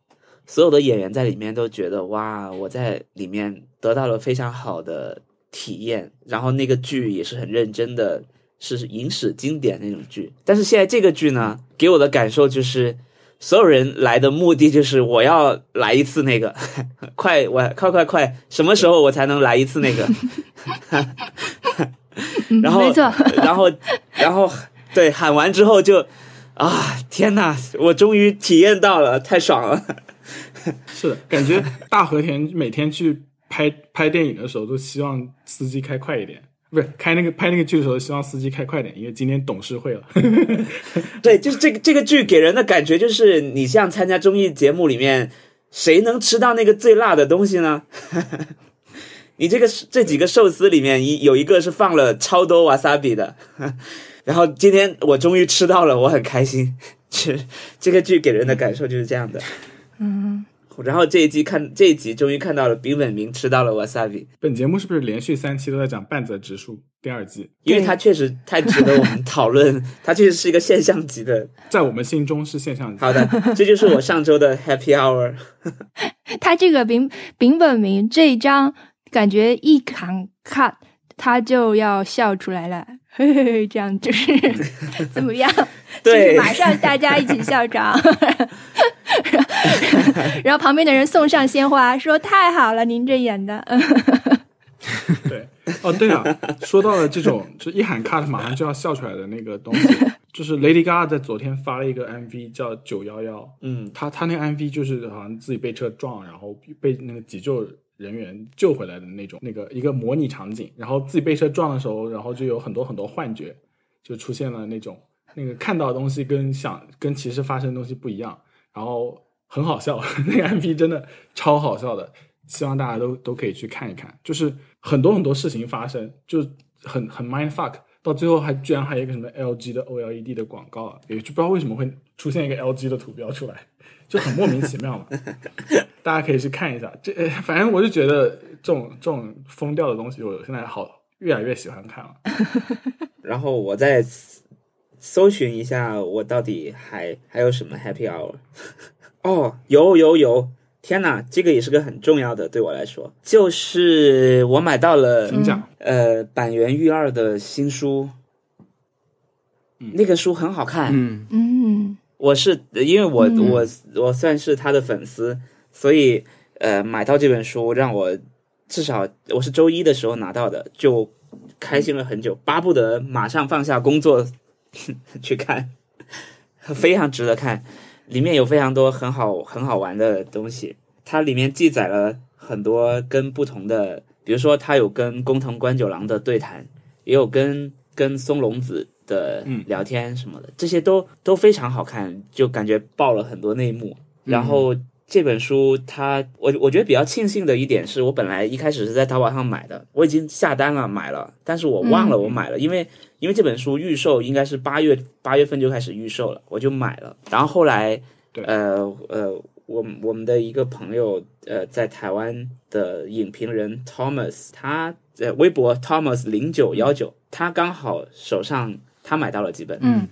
C: 所有的演员在里面都觉得哇，我在里面得到了非常好的体验，然后那个剧也是很认真的，是影史经典那种剧。但是现在这个剧呢，给我的感受就是。所有人来的目的就是我要来一次那个， 快我快快快，什么时候我 才能来一次那个？
D: 嗯，
C: 然后
D: 没错，
C: 然后然后对喊完之后就啊，天呐，我终于体验到了，太爽了。
B: 是的，感觉大和田每天去拍 拍电影的时候，都希望司机开快一点，不是开那个拍那个剧的时候，希望司机开快点，因为今天董事会了。
C: 对，就是这个这个剧给人的感觉就是，你像参加综艺节目里面，谁能吃到那个最辣的东西呢？ 你这个这几个寿司里面，一有一个是放了超多 wasabi 的， 然后今天我终于吃到了，我很开心。这这个剧给人的感受就是这样的。
D: 嗯，
C: 然后这一季看这一集，终于看到了丙本明吃到了 wasabi，
B: 本节目是不是连续三期都在讲半泽直树第二季？
C: 因为
D: 对
C: 它确实太值得我 们讨论，它确实是一个现象级的。
B: 在我们心中是现象级。
C: 好的，这就是我上周的 happy hour。
D: 他这个丙丙本明这一章，感觉一看看他就要笑出来了，嘿嘿嘿，这样就是怎么样？就是
C: 对，
D: 马上大家一起笑场， 然后旁边的人送上鲜花，说太好了，您这演的，嗯
B: 对，哦对了，说到了这种就一喊 cut 马上就要笑出来的那个东西，就是 Lady Gaga 在昨天发了一个 MV 叫《九幺幺》，
C: 嗯，
B: 她她那个 MV 就是好像自己被车撞，然后被那个急救人员救回来的那种，那个一个模拟场景，然后自己被车撞的时候，然后就有很多很多幻觉，就出现了那种那个看到的东西跟想跟其实发生的东西不一样，然后很好笑， 那个 MV 真的超好笑的，希望大家都都可以去看一看，就是很多很多事情发生，就很很 mind fuck，到最后还居然还有一个什么 LG 的 OLED 的广告啊，也就不知道为什么会出现一个 LG 的图标出来，就很莫名其妙 嘛。大家可以去看一下，这、呃反正我就觉得这种这种疯掉的东西，我现在好越来越喜欢看了。
A: 嗯
C: 然后我再搜搜寻一下，我到底还还有什么 happy hour？哦，有有有！天哪，这个也是个很重要的，对我来说，就是我买到了
B: 请讲，
C: 呃板垣育二的新书，那个书很好看。
A: 嗯，
D: 嗯
C: 我是因为我、
D: 嗯
C: 我我算是他的粉丝，所以呃买到这本书让我至少我是周一的时候拿到的，就开心了很久，巴不得马上放下工作 去看，非常值得看。里面有非常多很好很好玩的东西，它里面记载了很多跟不同的，比如说它有跟工藤官九郎的对谈，也有跟跟松隆子的
B: 嗯
C: 聊天什么的，这些都都非常好看，就感觉爆了很多内幕。
B: 嗯
C: 然后这本书它，我我觉得比较庆幸的一点是我本来一开始是在淘宝上买的，我已经下单了买了，但是我忘
B: 嗯
C: 了我买了，因为因为这本书预售应该是八月八月份就开始预售了，我就买了。然后后来，
B: 对
C: 呃呃，我们我们的一个朋友，呃，在台湾的影评人 Thomas，他呃微博 Thomas 零九幺九，他刚好手上他买到了几本，
D: 嗯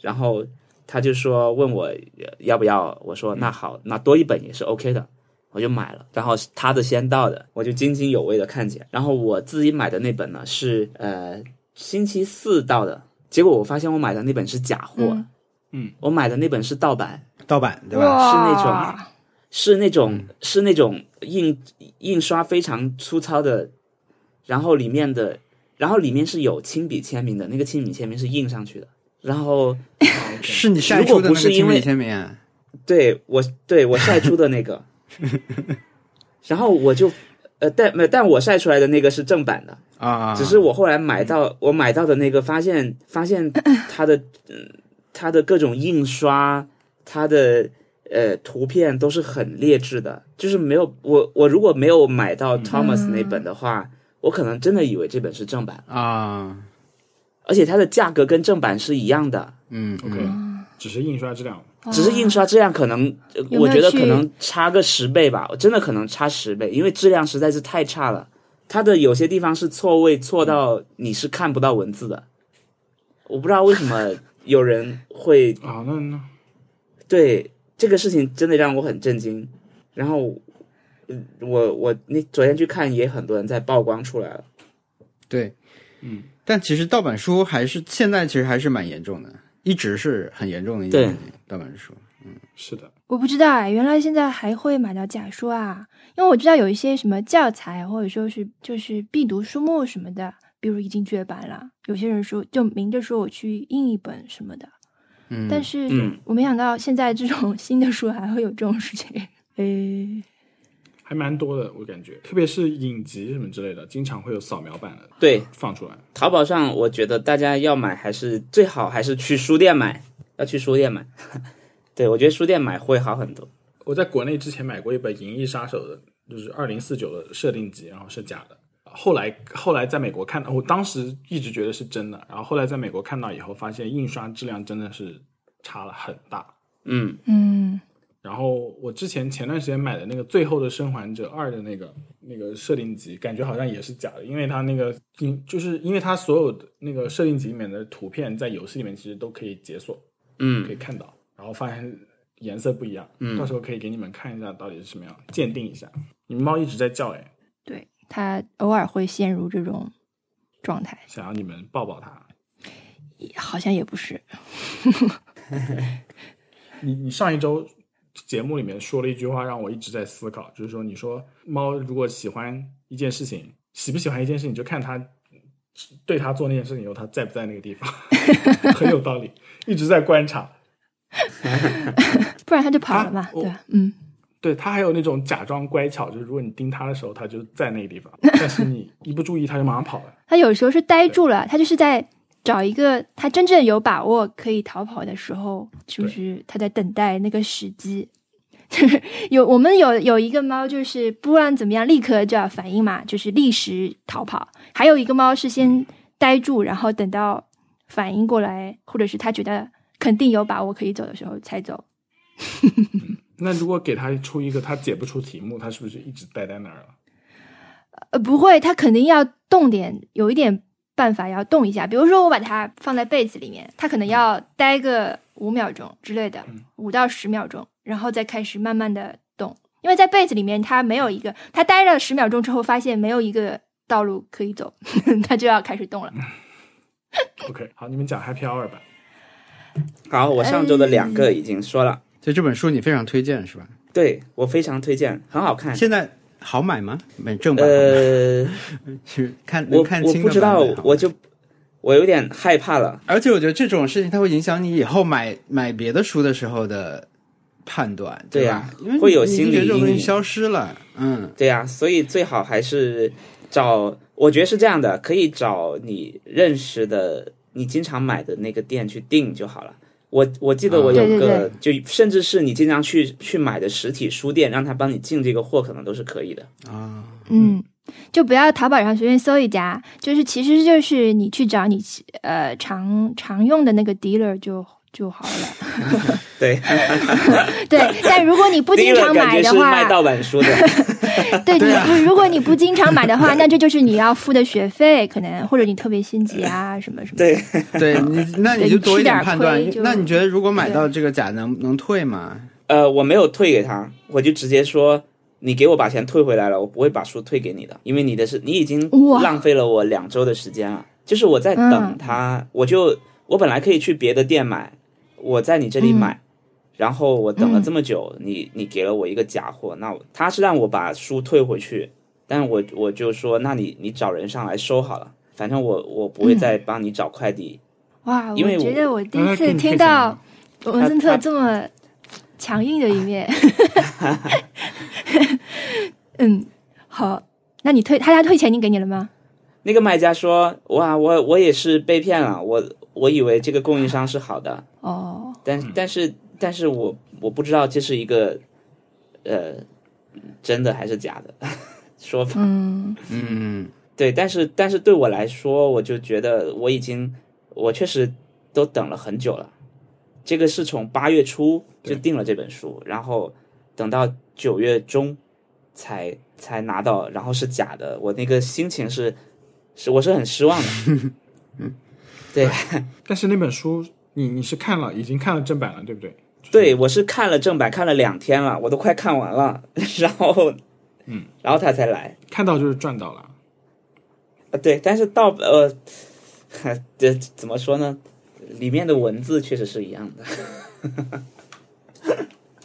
C: 然后他就说问我呃要不要，我说那好，那多一本也是 OK 的，我就买了。然后是他的先到的，我就津津有味的看起来。然后我自己买的那本呢是呃星期四到的，结果我发现我买的那本是假货，
D: 嗯
C: 我买的那本是盗版，
A: 盗版对吧？
D: 哇，
C: 是那种、是那种印印刷非常粗糙的，然后里面的，然后里面是有亲笔签名的，那个亲笔签名是印上去的，然后。
A: 嗯是你晒出的
C: 如果不
A: 那
C: 是
A: 个
C: 因
A: 亲
C: 为
A: 笔签名啊，
C: 对我对我晒出的那个，然后我就呃，但没有但我晒出来的那个是正版的，
A: 啊啊，
C: 只是我后来买到我买到的那个，发现发现它的嗯它的各种印刷，它的呃图片都是很劣质的，就是没有我我如果没有买到 Thomas 那本的话，我可能真的以为这本是正版，
A: 啊，
C: 而且它的价格跟正版是一样的，
A: 嗯
B: OK，、只是印刷质量。
C: 只是印刷质量可能，呃
D: 哦有没有
C: 我觉得
D: 去
C: 可能差个十倍吧，真的可能差十倍，因为质量实在是太差了。它的有些地方是错位错到你是看不到文字的，我不知道为什么有人会
B: 啊，那那
C: 对这个事情真的让我很震惊。然后，嗯我我你昨天去看也很多人在曝光出来了，
A: 对，
B: 嗯，
A: 但其实盗版书还是现在其实还是蛮严重的，一直是很严重的一件
C: 对
A: 事情。盗版书，
B: 是的，
D: 我不知道啊，原来现在还会买到假书啊，因为我知道有一些什么教材或者说是就是必读书目什么的，比如已经绝版了，有些人说就明着说我去印一本什么的，
A: 嗯，
D: 但是
C: 嗯
D: 我没想到现在这种 新的书还会有这种事情。 诶，
B: 还蛮多的，我感觉，特别是影集什么之类的，经常会有扫描版的
C: 对，
B: 放出来。
C: 淘宝上我觉得大家要买还是最好还是去书店买，要去书店买。 对，我觉得书店买会好很多。
B: 我在国内之前买过一本《银翼杀手》的，就是二零四九的设定集，然后是假的。后来后来在美国看到，我当时一直觉得是真的，然后后来在美国看到以后，发现印刷质量真的是差了很大。
C: 嗯，
D: 嗯
B: 然后我之前前段时间买的那个《最后的生还者二》的那个那个设定集，感觉好像也是假的，因为它那个因就是因为它所有的那个设定集里面的图片在游戏里面其实都可以解锁，可以
C: 嗯，
B: 看到，然后发现颜色不一样，
C: 嗯
B: 到时候可以给你们看一下到底是什么样，鉴定一下。你们猫一直在叫，哎，
D: 对他偶尔会陷入这种状态，
B: 想要你们抱抱它。
D: 好像也不是。
B: 你你上一周节目里面说了一句话，让我一直在思考，就是说，你说猫如果喜欢一件事情，喜不喜欢一件事情，你就看它对它做那件事情以后，它在不在那个地 方，很有道理，一直在观察。
D: 不然他就跑了嘛，
B: 啊我
D: 对吧？嗯，
B: 对它还有那种假装乖巧，就是如果你盯它的时候，它就在那个地方，但是你一不注意，它就马上跑了。
D: 他有时候是呆住了，他就是在找一个他真正有把握可以逃跑的时候，是不是他在等待那个时机？ 就是有我们有有一个猫，就是不管怎么样，立刻就要反应嘛，就是立时逃跑；还有一个猫是先呆住，然后等到反应过来，或者是他觉得肯定有把握可以走的时候才走。
B: 那如果给他出一个他解不出题目，他是不是一直待在那儿了？
D: 呃，不会，它肯定要动点，有一点办法要动一下。比如说，我把它放在被子里面，它可
C: 嗯
D: 能要待个五秒钟之类的
B: 嗯，
D: 五到十秒钟，然后再开始慢慢的动。因为在被子里面，它没有一个，它待了十秒钟之后，发现没有一个道路可以走， 它就要开始动了。
C: 嗯
B: OK，好，你们讲 Happy Hour 吧。
C: 好，我上周的两个已经说了，
A: 所以这本书你非常推荐是吧？
C: 对我非常推荐，很好看。
A: 现在好买吗？买正版好买
C: 呃，
A: 是看能
C: 我
A: 看
C: 我
A: 清
C: 不
A: 的
C: 知
A: 版
C: 道
A: 本好，吗
C: 我就我有点害怕了。
A: 而且我觉得这种事情它会影响你以后买买别的书的时候的判断，
C: 对
A: 吧
C: 呀？
A: 因为
C: 会有
A: 你
C: 心
A: 你觉得
C: 理
A: 这种
C: 阴
A: 东西
C: 影
A: 消失了，嗯，
C: 对呀、所以最好还是找，我觉得是这样的，可以找你认识的、你经常买的那个店去订就好了。我我记得我有
D: 啊对对
C: 个，就甚至是你经常去去买的实体书店，让他帮你进这个货，可能都是可以的。
A: 啊，
D: 嗯，就不要淘宝上随便搜一家，就是其实就是你去找你呃常常用的那个 dealer 就就好了。
C: 对，
D: 对，但如果你不
C: 第一
D: 经
C: 个
D: 常
C: 感
D: 买
C: 觉
D: 的
C: 是
D: 话，
C: 卖盗版书的，
D: 对
A: 对啊
D: 你不，如果你不经常买 的话，那这就是你要付的学费，可能或者你特别心急啊，什么什么。
C: 对，
A: 对 你，那你
D: 对
A: 就
D: 你
A: 多
D: 吃
A: 一点
D: 点
A: 判
D: 亏
A: 断。
D: 就
A: 那你觉得如果买
D: 对
A: 到这个假能能退吗？
C: 呃，我没有退给他，我就直接说你给我把钱退回来了，我不会把书退给你的，因为你的是你已经
D: 哇
C: 浪费了我两周的时间了。就是我在
D: 嗯
C: 等他，我就我本来可以去别的店买，我在你这里
D: 嗯
C: 买，然后我等了这么久，你你给了我一个假货，那我他是让我把书退回去，但我我就说，那你你找人上来收好了，反正我我不
D: 嗯
C: 会再帮你找快递。
D: 哇，我
C: 因为我
D: 觉得我第
B: 那给
D: 一次
B: 你
D: 听
B: 配
D: 到文森特
C: 他
D: 这么强硬的一 面。嗯，好，那你退他他退钱已经给你了吗？
C: 那个卖家说：“哇，我我也是被骗了，我我以为这个供应商是好的，
D: 哦，
C: 但但是但是我我不知道这是一个呃真的还是假的 说法。
D: 嗯
A: 嗯，
C: 对，但是但是对我来说，我就觉得我已经我确实都等了很久了。这个是从八月初就订了这本书，然后等到九月中才才拿到，然后是假的，我那个心情是是我是很失望的。对，
B: 但是那本书你你是看了，已经看了正版了，对不对？就是
C: 对，我是看了正版，看了两天了，我都快看完了，然后，
B: 嗯，
C: 然后他才来。
B: 看到就是赚到了。
C: 啊，对，但是到呃，哎这怎么说呢？里面的文字确实是一样的，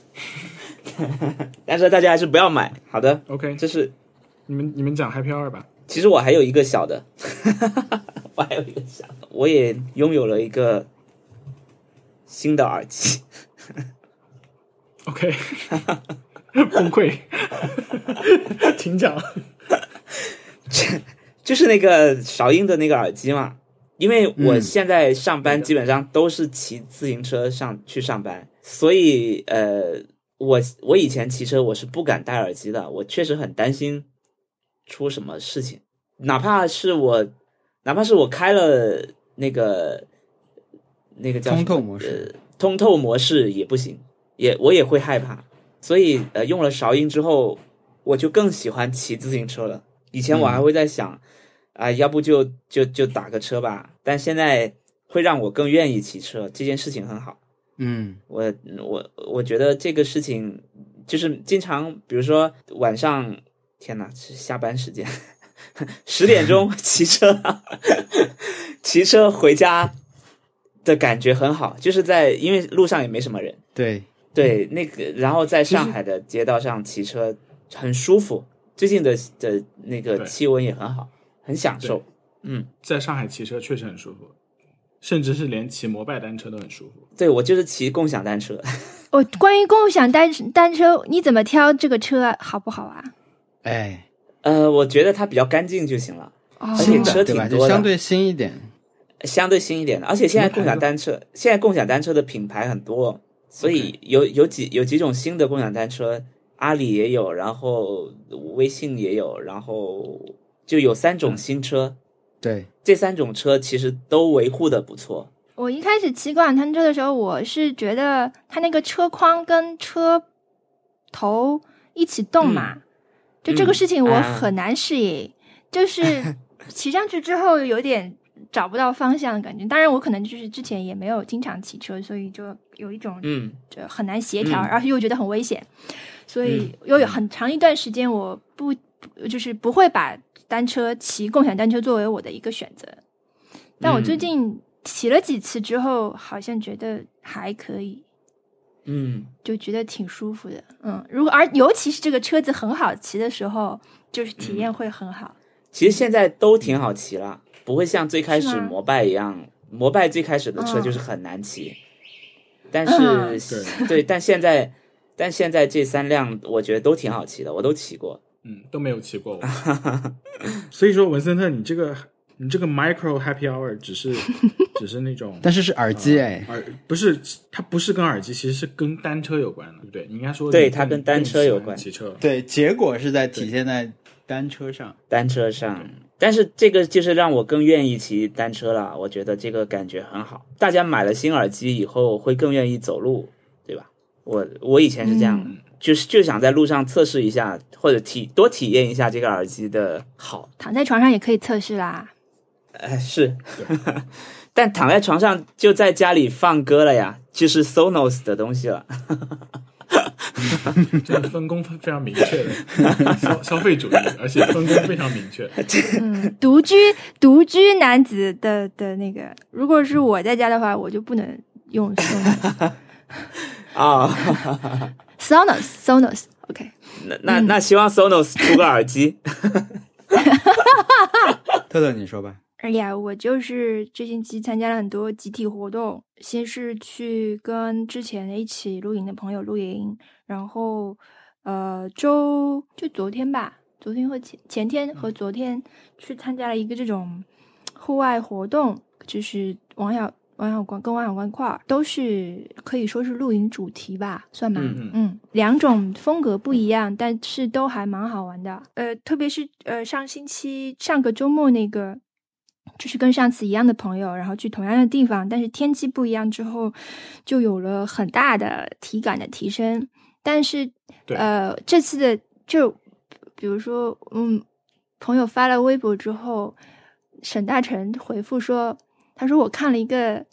C: 但是大家还是不要买。好的，
B: OK，
C: 这是
B: 你们你们讲 Happy Hour 吧。
C: 其实我还有一个小的， 我还有一个小的，我也拥有了一个新的耳机。
B: OK，崩溃， 请讲。
C: 就是那个韶音的那个耳机嘛，因为我
A: 嗯
C: 现在上班基本上都是骑自行车上去上班，所以呃，我我以前骑车我是不敢戴耳机的，我确实很担心出什么事情，哪怕是我哪怕是我开了那个那个叫什么
A: 通透模式，
C: 呃，通透模式也不行，也我也会害怕，所以呃，用了韶音之后，我就更喜欢骑自行车了。以前我还会在想，啊、要不就就就打个车吧，但现在会让我更愿意骑车，这件事情很好。
A: 嗯
C: 我我我觉得这个事情就是经常，比如说晚上，天哪，是下班时间， 十 点钟骑车， 骑车回家的感觉很好，就是在因为路上也没什么人，
A: 对，
C: 对那个，然后在上海的街道上骑车很舒服，最近的的那个
B: 对
C: 气温也很好，很享受
B: 对，
C: 嗯。
B: 在上海骑车确实很舒服，甚至是连骑摩拜单车都很舒服。
C: 对，我就是骑共享单车，
D: 我关于共享单单车，你怎么挑这个车啊好不好啊？
A: 哎，
C: 呃，我觉得它比较干净就行了，
D: 哦
C: 而且车
A: 对
C: 挺
A: 吧？
C: 多
A: 就
C: 哎的
A: 相对新一点，
C: 相对新一点的，而且现在共享单车，现在共享单车的品牌很多，所以有有几有几种新的共享单车，阿里也有，然后微信也有，然后就有三
D: 嗯
C: 种新车，
A: 对，
C: 这三种车其实都维护的不错。
D: 我一开始骑共享单车的时候，我是觉得它那个车筐跟车头一起动嘛，就这个事情我
C: 啊
D: 很难适应，就是骑上去之后有点找不到方向的感觉。当然，我可能就是之前也没有经常骑车，所以就有一种
C: 嗯，
D: 就很难协调，
C: 嗯
D: 而且又觉得很危险，所以又有很长一段时间我不就是不会把单车骑共享单车作为我的一个选择。但我最
C: 嗯
D: 近骑了几次之后，好像觉得还可以，
C: 嗯，
D: 就觉得挺舒服的。嗯，如果而尤其是这个车子很好骑的时候，就是体
C: 嗯
D: 验会很好。
C: 其实现在都挺好骑了，不会像最开
D: 是
C: 始
D: 吗
C: 摩拜一样，摩拜最开始的车就是很难骑，但
D: 嗯
C: 是、对，但现在但现在这三辆我觉得都挺好骑的，我都骑过。
B: 嗯，都没有骑过我。所以说，文森特，你这个你这个 micro happy hour 只是只是那种
A: 但是是耳机哎，
B: 耳不是它不是跟耳机，其实是跟单车有关的，对不对？你应该说
C: 对
B: 你
C: 它
B: 更
C: 跟单车有
B: 更
C: 关
B: 喜欢骑车
A: 对，结果是在体现在单车上，
C: 单车上，但是这个就是让我更愿意骑单车了。我觉得这个感觉很好。大家买了新耳机以后，会更愿意走路，对吧？我我以前是这样
D: 嗯
C: 的，就是就想在路上测试一下，或者体多体验一下这个耳机的好。
D: 躺在床上也可以测试啦。
C: 哎，是， 但躺在床上就在家里放歌了呀，就是 Sonos 的东西了。
B: 这个分工非常明确的 消消费主义，而且分工非常明确。
D: 嗯，独居独居男子的的那个，如果是我在家的话，我就不能用 Sonos
C: 啊、
D: Sonos Sonos OK。
C: 那那那希望 Sonos 出个耳机。
A: 特特你说吧，
D: 哎呀，我就是这星期参加了很多集体活动，先是去跟之前一起露营的朋友露营，然后呃，周就昨天吧，昨天和前前天和昨天去参加了一个这种户外活动，就是网友网友观跟网友观块儿都是可以说是露营主题吧，算吗？
C: 嗯
B: 嗯
D: 嗯，两种风格不一样，但是都还蛮好玩的。呃，特别是呃上星期上个周末那个，就是跟上次一样的朋友，然后去同样的地方，但是天气不一样之后，就有了很大的体感的提升。但是
B: 对
D: 呃这次的就比如说嗯，朋友发了微博之后，沈大成回复说，他说我看了一个。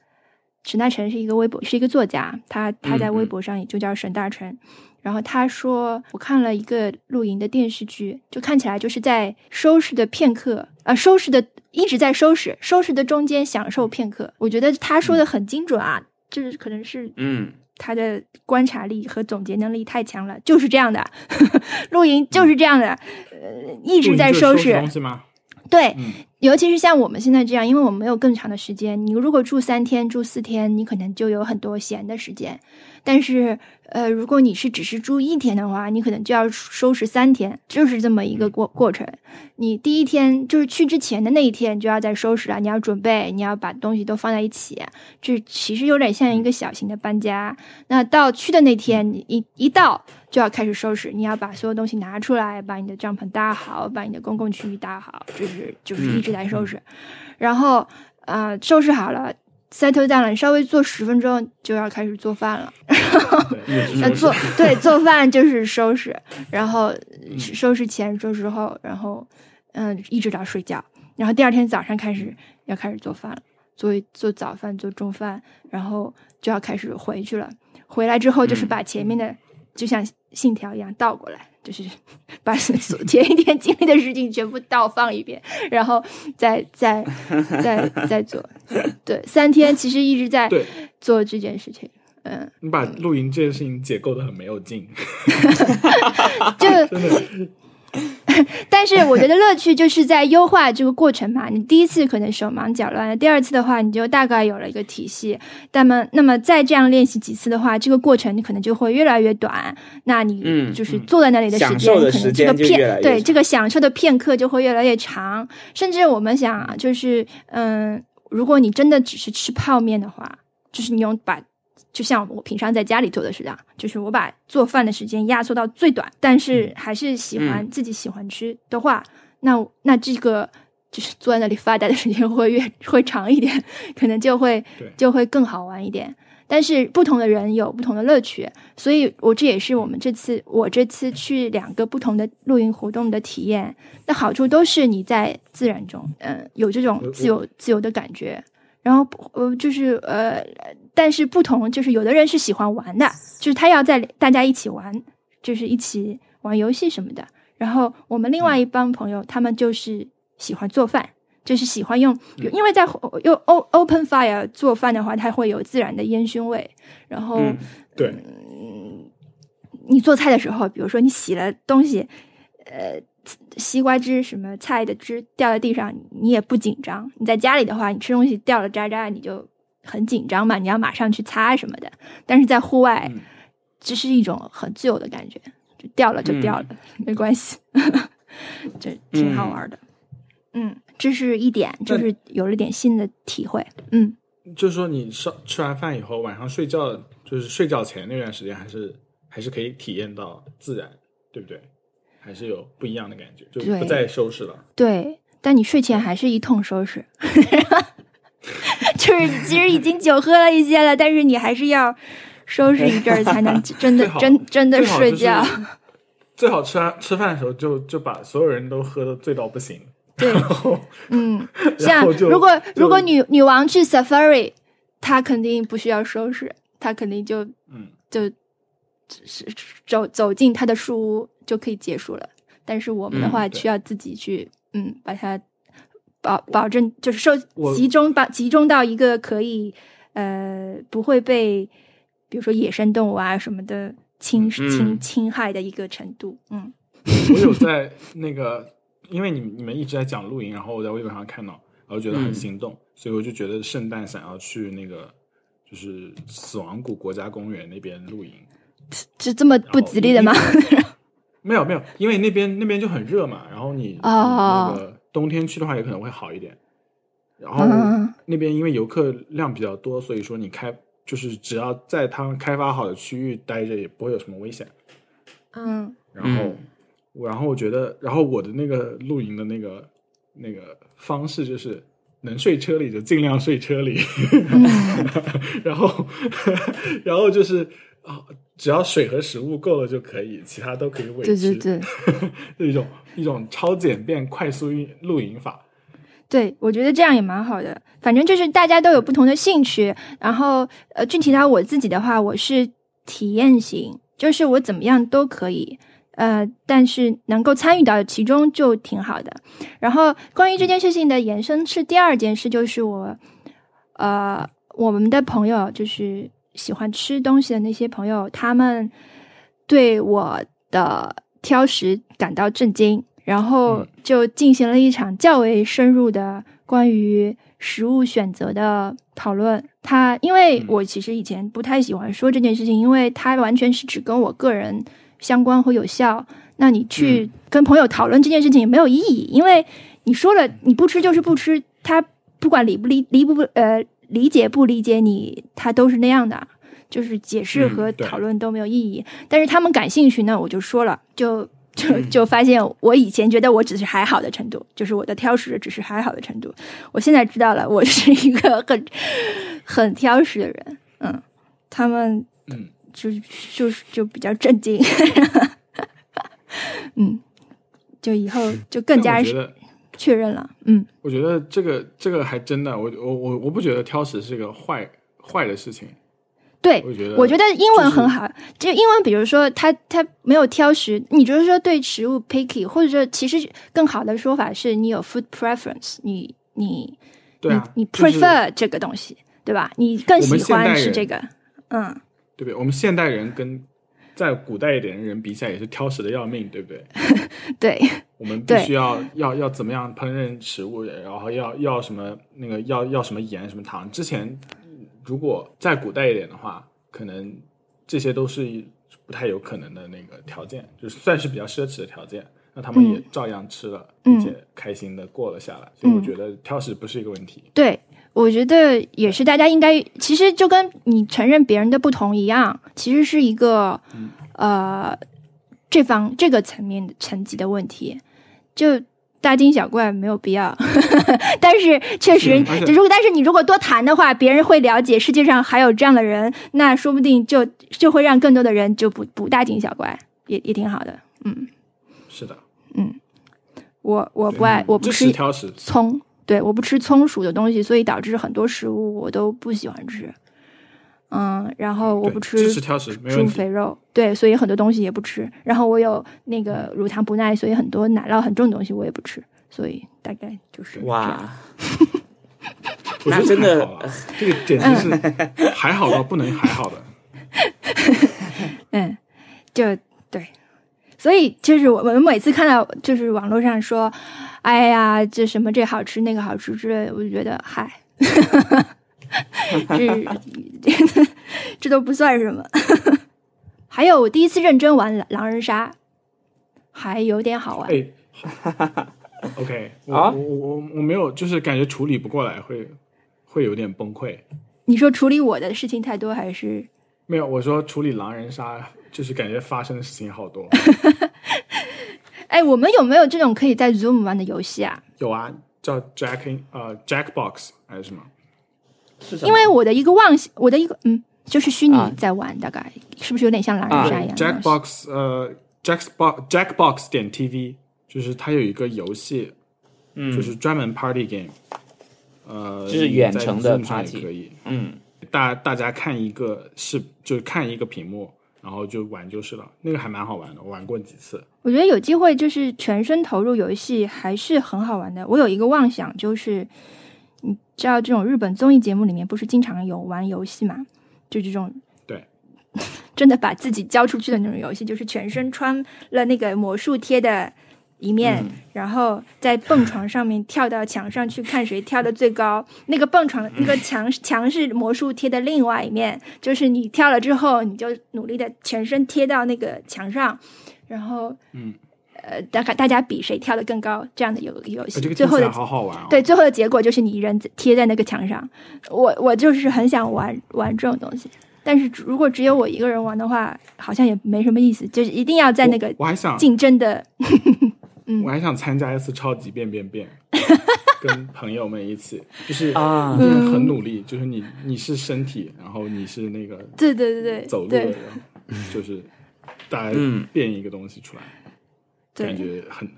D: 沈大成是一个微博，是一个作家，他他在
C: 嗯
D: 微
C: 嗯
D: 博上也就叫沈大成。然后他说，我看了一个露营的电视剧，就看起来就是在收拾的片刻，呃，收拾的一直在收拾，收拾的中间享受片刻。我觉得他说的很精准啊，这可能是
C: 嗯，
D: 他的观察力和总结能力太强 了，就是这样的，露营就是这样的，呃，一
B: 一
D: 直在
B: 收
D: 收拾，
B: 东西吗？
D: 对，
B: 嗯
D: 尤其是像我们现在这样，因为我们没有更长的时间。你如果住三天、住四天，你可能就有很多闲的时间。但是，呃，如果你是只是住一天的话，你可能就要收拾三天，就是这么一个过过程。你第一天就是去之前的那一天就要再收拾了，你要准备，你要把东西都放在一起。这其实有点像一个小型的搬家。那到去的那天，你一一到就要开始收拾，你要把所有东西拿出来，把你的帐篷搭好，把你的公共区域搭好，就是就是一直在收拾。然后呃，收拾好了，settle down 了，稍微坐十分钟就要开始做饭了。
B: 对，
D: 那
B: 那
D: 呃 做对做饭就是收拾，然后
B: 嗯
D: 收拾前收拾后，然后嗯一直到睡觉，然后第二天早上开始要开始做饭了，做做早饭做中饭，然后就要开始回去了。回来之后就是
A: 嗯
D: 把前面的、就像信条一样倒过来，就是把所前一天经历的事情全部倒放一遍，然后再 再再再做。对，三天其实一直在
B: 对
D: 做这件事情。嗯，
B: 你把露营这件事情解构的很没有劲，
D: 就
B: 真的。
D: 但是我觉得乐趣就是在优化这个过程嘛。你第一次可能手忙脚乱，第二次的话你就大概有了一个体系。那么，那么再这样练习几次的话，这个过程你可能就会越来越短。那你
C: 嗯
D: 就是坐在那里的时
C: 享
D: 间，
C: 受的
D: 可
C: 时
D: 能这个
C: 间就越来
D: 片
C: 越
D: 对
C: 长
D: 这个享受的片刻就会越来越长。甚至我们想啊，就是嗯，如果你真的只是吃泡面的话，就是你用把。就像我平常在家里做的事啊，就是我把做饭的时间压缩到最短，但是还是喜欢、自己喜欢吃的话，那那这个就是坐在那里发呆的时间会越会长一点，可能就会
B: 对
D: 就会更好玩一点。但是不同的人有不同的乐趣，所以我这也是我们这次我这次去两个不同的露营活动的体验，那好处都是你在自然中，嗯、有这种
B: 我
D: 自由自由的感觉。然后呃，就是呃，但是不同就是有的人是喜欢玩的，就是他要在大家一起玩，就是一起玩游戏什么的。然后我们另外一帮朋友，他们就是喜欢做饭，就是喜欢用，因为在用 o open fire 做饭的话，它会有自然的烟熏味。然后、
C: 嗯
B: 对，
D: 你做菜的时候，比如说你洗了东西，呃，西瓜汁什么菜的汁掉在地上，你也不紧张。你在家里的话，你吃东西掉了渣渣，你就很紧张嘛，你要马上去擦什么的。但是在户外，
B: 嗯
D: 这是一种很自由的感觉，就掉了就掉了，没关系， 就挺好玩的。嗯，这是一点，就是有了点新的体会。嗯，
B: 就是说你上吃完饭以后，晚上睡觉，就是睡觉前那段时间，还是还是可以体验到自然，对不对？还是有不一样的感觉，就
D: 对
B: 不再收拾了。
D: 对，但你睡前还是一通收拾， 就是你其实已经酒喝了一些了，但是你还是要收拾一阵儿才能真的
B: 最好
D: 真真的
B: 最好
D: 睡
B: 就是
D: 觉。
B: 最好吃完吃饭的时候就就把所有人都喝的醉到不行，
D: 对，
B: 然后
D: 嗯，
B: 然
D: 像
B: 后就
D: 如果
B: 就
D: 如果女女王去 safari，她肯定不需要收拾，她肯定就
B: 嗯，
D: 就只是走走进她的树屋就可以结束了。但是我们的
C: 嗯
D: 话
B: 对
D: 需要自己去，嗯，把它保保证就是收
B: 我
D: 集中把集中到一个可以呃不会被比如说野生动物啊什么的侵侵
C: 嗯
D: 侵害的一个程度，嗯
B: 我有在那个，因为你你们一直在讲露营，然后我在微博上看到，然后觉得很
C: 嗯
B: 心动，所以我就觉得圣诞想要去那个就是死亡谷国家公园那边露营。
D: 是这么不吉利的吗？
B: 没有没有，因为那边那边就很热嘛，然后你、
D: 哦
B: 你那个冬天去的话，有可能会好一点。然后
D: 嗯
B: 那边因为游客量比较多，所以说你开就是只要在他们开发好的区域待着，也不会有什么危险。
D: 嗯
B: 然后、我然后我觉得，然后我的那个露营的那个那个方式就是。能睡车里就尽量睡车里，
D: 嗯
B: 然后 然后就是啊，只要水和食物够了就可以，其他都可以委
D: 对
B: 屈。
D: 对对。
B: 是一种一种超简便、快速运露营法。
D: 对，我觉得这样也蛮好的。反正就是大家都有不同的兴趣，然后呃，具体到我自己的话，我是体验型，就是我怎么样都可以，呃，但是能够参与到其中就挺好的。然后关于这件事情的延伸是第二件事，就是我呃，我们的朋友就是喜欢吃东西的那些朋友，他们对我的挑食感到震惊。然后
B: 嗯
D: 就进行了一场较为深入的关于食物选择的讨论。它因为
B: 嗯
D: 我其实以前不太喜欢说这件事情，因为它完全是只跟我个人相关和有效。那你
B: 嗯
D: 去跟朋友讨论这件事情也没有意义，因为你说了你不吃就是不吃，他不管理不理理不呃理解不理解你，他都是那样的，就是解释
B: 嗯
D: 和
B: 对
D: 讨论都没有意义。但是他们感兴趣呢，我就说了，就就
B: 嗯
D: 就发现我以前觉得我只是还好的程度，就是我的挑食只是还好的程度，我现在知道了，我是一个很很挑食的人。嗯，他们
B: 嗯
D: 就就是就比较震惊，嗯，就以后就更
B: 但
D: 加
B: 我觉得
D: 确认了，嗯
B: 我觉得这个这个还真的，我我我我不觉得挑食是个坏坏的事情，
D: 对，
B: 我觉得
D: 我觉得英文很
B: 就是
D: 好，就英文，比如说他他没有挑食，你就是说对食物 picky，或者说其实更好的说法是你有 food preference，你你
B: 对啊，
D: 你你
B: 就是
D: prefer 这个东西，对吧？你更
B: 我们
D: 喜
B: 现代
D: 欢
B: 人
D: 吃这个，嗯，
B: 对不对？我们现代人跟在古代一点的人比起来，也是挑食的要命，对不对？
D: 对，
B: 我们必
D: 对
B: 须要要要怎么样烹饪食物，然后要要什么那个要要什么盐什么糖。之前如果再古代一点的话，可能这些都是不太有可能的那个条件，就是算是比较奢侈的条件。那他们
D: 嗯
B: 也照样吃了，
D: 嗯
B: 并且开心的过了下来。所以我
D: 嗯
B: 觉得挑食不是一个问题。
D: 对，我觉得也是，大家应该其实就跟你承认别人的不同一样，其实是一个、
B: 嗯
D: 呃这方这个层面的层级的问题，就大惊小怪没有必要。 但是确实
B: 是而，且
D: 就如果但是你如果多谈的话，别人会了解世界上还有这样的人，那说不定就就会让更多的人就不不大惊小怪，也也挺好的。嗯，
B: 是的，
D: 我我不爱
B: 嗯
D: 我不
B: 支
D: 吃
B: 持挑食。
D: 葱，对，我不吃葱属的东西，所以导致很多食物我都不喜欢吃。嗯，然后我
B: 对
D: 不
B: 支
D: 吃
B: 持挑食，没问
D: 猪
B: 题
D: 肥。肉，对，所以很多东西也不吃。然后我有那个乳糖不耐，所以很多奶酪很重的东西我也不吃。所以大概就是这样，
C: 哇，
B: 我觉
C: 那
B: 得
C: 真的呃
B: 还好啊，这个简直是还好到不能还好的。
D: 嗯，就对。所以就是我们每次看到就是网络上说，哎呀，这什么这好吃那个好吃之类的，我就觉得嗨， 这 这都不算什么。 还有我第一次认真玩狼狼人杀，还有点好玩。
B: 哎，OK，我、
C: 啊
B: 我我我没有，就是感觉处理不过来会会有点崩溃。
D: 你说处理我的事情太多还是？
B: 没有，我说处理狼人杀，就是感觉发生的事情好 多。
D: 哎，我们有没有这种可以在 Zoom 玩的游戏啊？
B: 有啊，叫 Jack 呃 Jackbox 还是什么？
C: 是什么
D: 因为我的一个妄想，我的一个嗯，就是虚拟
C: 啊
D: 在玩，大概是不是有点像狼人
C: 啊
D: 杀一样的东西？
B: Jackbox 呃 Jackbox Jackbox 点 TV，就是它有一个游戏，
C: 嗯
B: 就是专门 Party Game，呃，
C: 就是远程的
B: 你在 Zoom 上也
C: party
B: 可以。
C: 嗯，
B: 大大家看一个视，就是看一个屏幕，然后就玩就是了。那个还蛮好玩的，我玩过几次。
D: 我觉得有机会就是全身投入游戏还是很好玩的。我有一个妄想，就是你知道这种日本综艺节目里面不是经常有玩游戏嘛？就这种
B: 对，
D: 真的把自己交出去的那种游戏，就是全身穿了那个魔术贴的一面，然后在蹦床上面跳到墙上去看谁跳的最高。那个蹦床那个墙墙是魔术贴的另外一面，就是你跳了之后，你就努力的全身贴到那个墙上，然后
B: 嗯，
D: 呃，大概大家比谁跳得更高这样的游游戏，
B: 呃这个
D: 最
B: 听
D: 后
B: 起
D: 的
B: 来好好玩哦。
D: 对，最后的结果就是你人贴在那个墙上。我我就是很想玩玩这种东西，但是如果只有我一个人玩的话，好像也没什么意思。就是一定要在那个
B: 我还想，
D: 竞争的，
B: 我还想参加一次超级变变 变，跟朋友们一起，就是
C: 啊
B: 一定要很努力，就是你你是身体，然后你是那个
D: 对对对
B: 走
D: 对
B: 路的
D: 对
B: 人，就是大家
C: 嗯
B: 变一个东西出来，感
D: 对，
B: 觉很。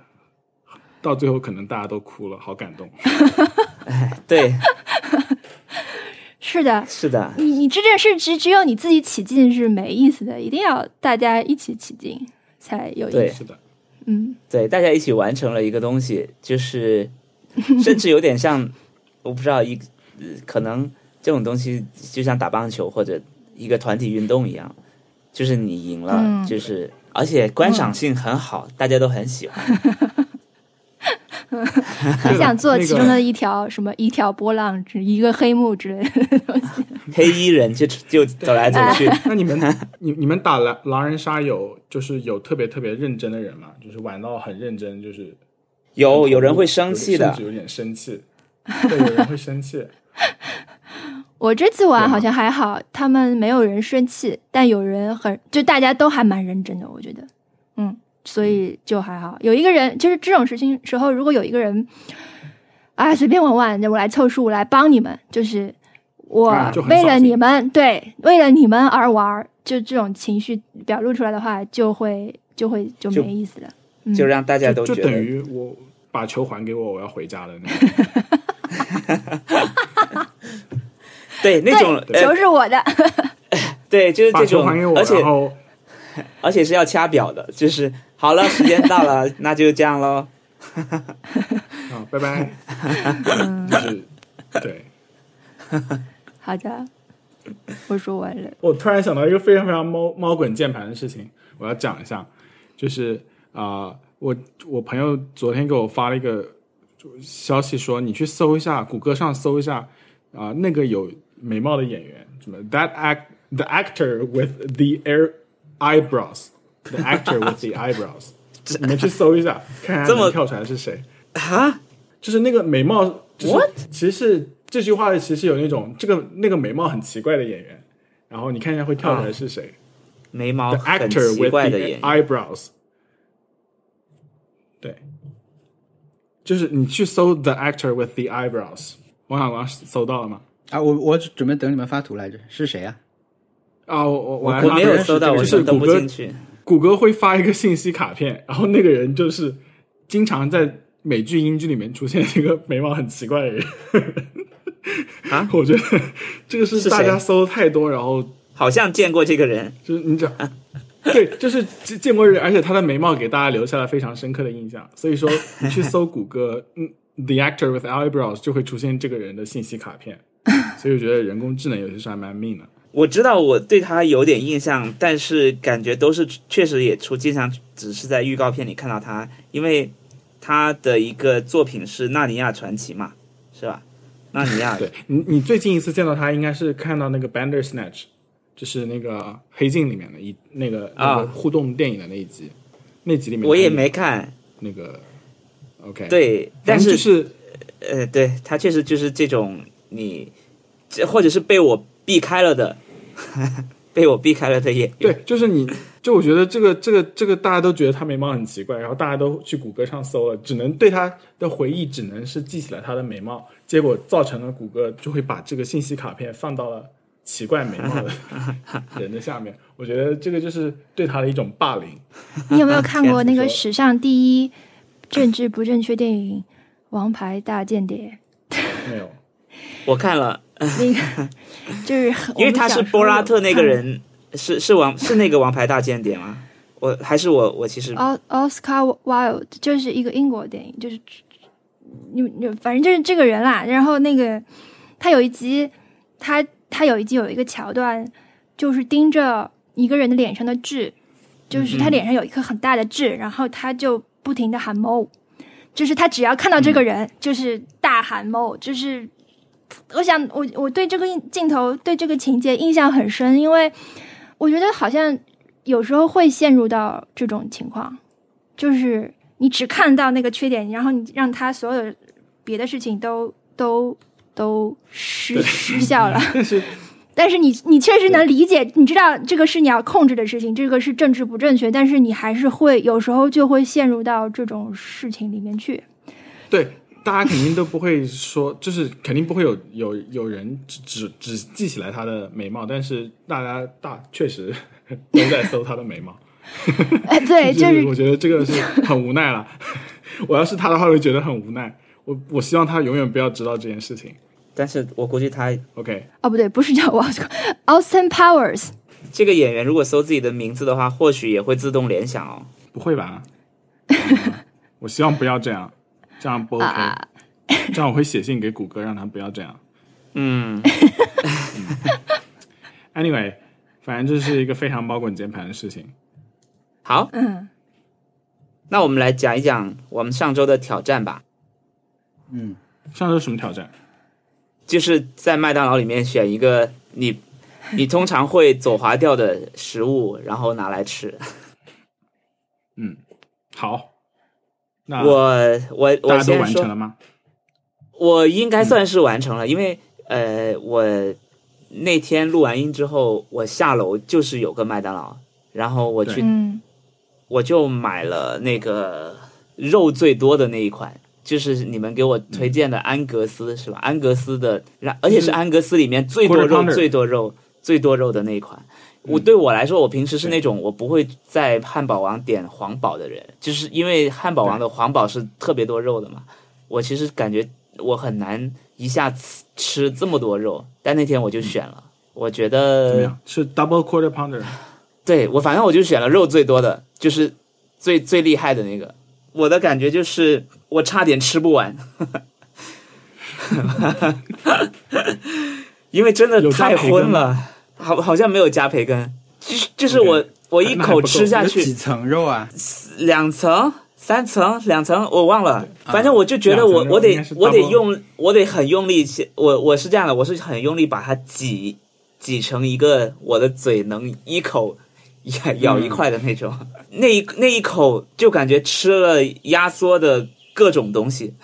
B: 到最后可能大家都哭了，好感动。
C: 对，
D: 是的。
C: 是的，
D: 你你这件事只只有你自己起劲是没意思的，一定要大家一起起劲才有意
C: 对
D: 思。
B: 是的，
D: 嗯，
C: 对，大家一起完成了一个东西，就是甚至有点像，我不知道一、呃可能这种东西就像打棒球或者一个团体运动一样，就是你赢了，
D: 嗯
C: 就是而且观赏性很好，大家都很喜欢，
D: 很想做其中的一条什么一条波浪之一个黑幕之类的东西。
C: 黑衣人就就走来走 去，
B: 那你们你你们打狼狼人杀有就是有特别特别认真的人吗？就是玩到很认真，就是
C: 有有人会生气
B: 有
C: 的
B: 甚至，有点生气，对，有人会生气。
D: 我这次
B: 对啊
D: 玩
B: 吗
D: 好像还好，他们没有人生气，但有人很就大家都还蛮认真的，我觉得，嗯，所以就还好。有一个人就是这种事情时候，如果有一个人，啊，随便玩玩，我来凑数，我来帮你们，就是我
A: 啊
B: 就很
D: 为
B: 扫
D: 了
B: 兴
D: 你们，对，为了你们而玩儿，就这种情绪表露出来的话，就会就会就
C: 就
D: 没意思了。
C: 就让大家 都
B: 就
C: 觉
B: 就等
C: 得
B: 于我把球还给我，我要回家了。 那种
C: 对那种
D: 球
C: 呃
D: 是我的，
C: 对就是
B: 把
C: 这
B: 球
C: 种
B: 还给我，，
C: 而且
B: 然后
C: 而且是要掐表的，就是好了，时间到了， 那就这样喽。
B: 啊，拜 拜，
D: 嗯，
B: 就是对。
D: 好的，我说完了，
B: 我突然想到一个非常非常猫猫滚键盘的事情，我要讲一下，就是啊、呃我我朋友昨天给我发了一个消息说，你去搜一下谷歌上搜一下啊、那个有眉毛的演员，什么 that act the actor with the air eyebrows。The actor with the eyebrows，你们去搜一下，看
C: 这
B: 看
C: 么
B: 能跳出来是谁。就是那个眉毛，就是
C: What？
B: 其实是这句话其实有那种这个那个眉毛很奇怪的演员，然后你看一下会跳出来是谁、
C: 眉毛
B: t h e
C: 啊很
B: actor
C: 奇
B: with
C: 怪的演
B: the
C: 员，
B: eyebrows。对，就是你去搜 the actor with the eyebrows，王小光搜到了吗？
A: 啊，我我准备等你们发图来着，是谁啊？
B: 啊，我我我来
C: 我
B: 发
C: 没
B: 给
C: 有
B: 你
C: 搜到，我
B: 就是
C: 登
B: 谷
C: 不
B: 歌
C: 进去。
B: 谷歌会发一个信息卡片，然后那个人就是经常在美剧、英剧里面出现这个眉毛很奇怪的人。
C: 啊，
B: 我觉得这个是
C: 是谁
B: 大家搜的太多，然后
C: 好像见过这个人，
B: 就是你讲， 对，就是见见过人，而且他的眉毛给大家留下了非常深刻的印象。所以说，你去搜谷歌，嗯，the actor with eyebrows 就会出现这个人的信息卡片。所以我觉得人工智能有些时候还蛮命的。
C: 我知道我对他有点印象，但是感觉都是确实也出，经常只是在预告片里看到他，因为他的一个作品是《纳尼亚传奇》嘛，是吧？纳尼亚
B: 对你，你最近一次见到他，应该是看到那个《Bandersnatch》，就是那个《黑镜》里面的一那个那
C: 啊
B: 个互动电影的那一集，那集里面
C: 我也
B: 他
C: 没看，
B: 那个 OK，，
C: 对，但
B: 但
C: 是、
B: 就是
C: 呃，对他确实就是这种你，这或者是被我避开了的， 被我避开了的演员。
B: 对，就是你就我觉得这个这个这个大家都觉得他眉毛很奇怪，然后大家都去谷歌上搜了，只能对他的回忆只能是记起了他的眉毛，结果造成了谷歌就会把这个信息卡片放到了奇怪眉毛的 人的下面。我觉得这个就是对他的一种霸凌。
D: 你有没有看过那
B: 天
D: 个
B: 哪
D: 史上第一政治不正确电影《王牌大间谍
B: 没有。
C: 我看了，》？
D: 那 个就是很
C: 因为他是波拉特那个。
D: 我们小时候有看
C: 人，是是王是那个王牌大间谍吗？我还是我我其实
D: 奥奥斯卡 Wilde 就是一个英国电影，就是你你反正就是这个人啦。然后那个他有一集，他他有一集有一个桥段，就是盯着一个人的脸上的痣，就是他
C: 嗯
D: 脸上有一颗很大的痣，然后他就不停的喊 “mo”，就是他只要看到这个人，就是大喊 “mo”，就是。我想，我我对这个印镜头、对这个情节印象很深，因为我觉得好像有时候会陷入到这种情况，就是你只看到那个缺点，然后你让他所有别的事情都都都失失效了。
B: 但 是
D: 但是你你确实能理解，你知道这个是你要控制的事情，这个是政治不正确，但是你还是会有时候就会陷入到这种事情里面 去。
B: 对，大家肯定都不会说，就是肯定不会有 有有人只只只记起来他的眉毛，但是大家大确实都在搜他的眉 毛。
D: 哎，对，
B: 就
D: 就是是
B: 我觉得这个是很无奈了。 我要是他的话，会觉得很无奈。我我希望他永远不要知道这件事情。
C: 但是我估计他
B: OK，
D: 哦，不对，不是叫 w a s Austin Powers，
C: 这个演员如果搜自己的名字的话，或许也会自动联想哦。
B: 不会吧？嗯我希望不要这样，这样不 OK，、
D: 啊
B: 这样我会写信给谷歌，让他不要这样。
C: 嗯，
B: Anyway，反正这是一个非常猫滚键盘的事情。
C: 好，
D: 嗯，
C: 那我们来讲一讲我们上周的挑战吧。
A: 嗯，
B: 上周什么挑战？
C: 就是在麦当劳里面选一个你你通常会走滑掉的食物，然后拿来吃。
B: 嗯，好，那
C: 我我
B: 啊大
C: 我
B: 家都
C: 先
B: 完成
C: 说，
B: 了吗？
C: 我应该算是完成了，因为呃，我那天录完音之后，我下楼就是有个麦当劳，然后我去
D: 嗯
C: 我就买了那个肉最多的那一款，就是你们给我推荐的安格斯、是吧？安格斯的，然而且是安格斯里面最多
B: 嗯 quarter
C: 肉、
B: pounder 嗯
C: 最多肉、最多肉的那一款。我对我来说，我平时是那种我不会在汉堡王点黄堡的人，就是因为汉堡王的黄堡是特别多肉的嘛。我其实感觉我很难一下子吃这么多肉，但那天我就选了，我觉得
B: 嗯怎么样？是 double quarter pounder，
C: 对我反正我就选了肉最多的，就是最最厉害的那个。我的感觉就是我差点吃不完， 因为真的
B: 有加
C: 太
B: 培根
C: 荤了，好好像没有加培根，就是就是我
B: OK，
C: 我一
B: 那还不
C: 口
B: 够
C: 吃下
A: 有
C: 去
A: 几层肉啊？
C: 两层、三层、两层，我忘了，
A: 啊
C: 反正我就觉得
B: 两
C: 我
B: 层
C: 我
B: 应
C: 得
B: 该是
C: 我得
B: double
C: 用我得很用力，我我是这样的，我是很用力把它挤挤成一个我的嘴能一口咬咬
B: 嗯
C: 一块的那种，那一那一口就感觉吃了压缩的各种东西，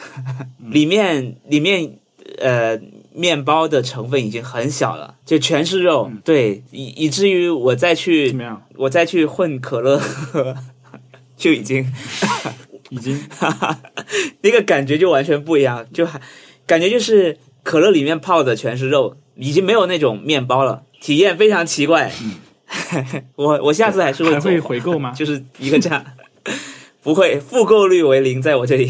B: 嗯
C: 里面里面呃面包的成分已经很小了，就全是肉，对，以以至于我再
B: 嗯
C: 去
B: 怎么样？
C: 我再去混可乐， 就已经
B: 已经
C: 那个感觉就完全不一样，就还感觉就是可乐里面泡的全是肉，已经没有那种面包了，体验非常奇怪。 我我下次还是会
B: 嗯还
C: 走
B: 会回购吗？
C: 就是一个价，不会复购率为零，在我这里，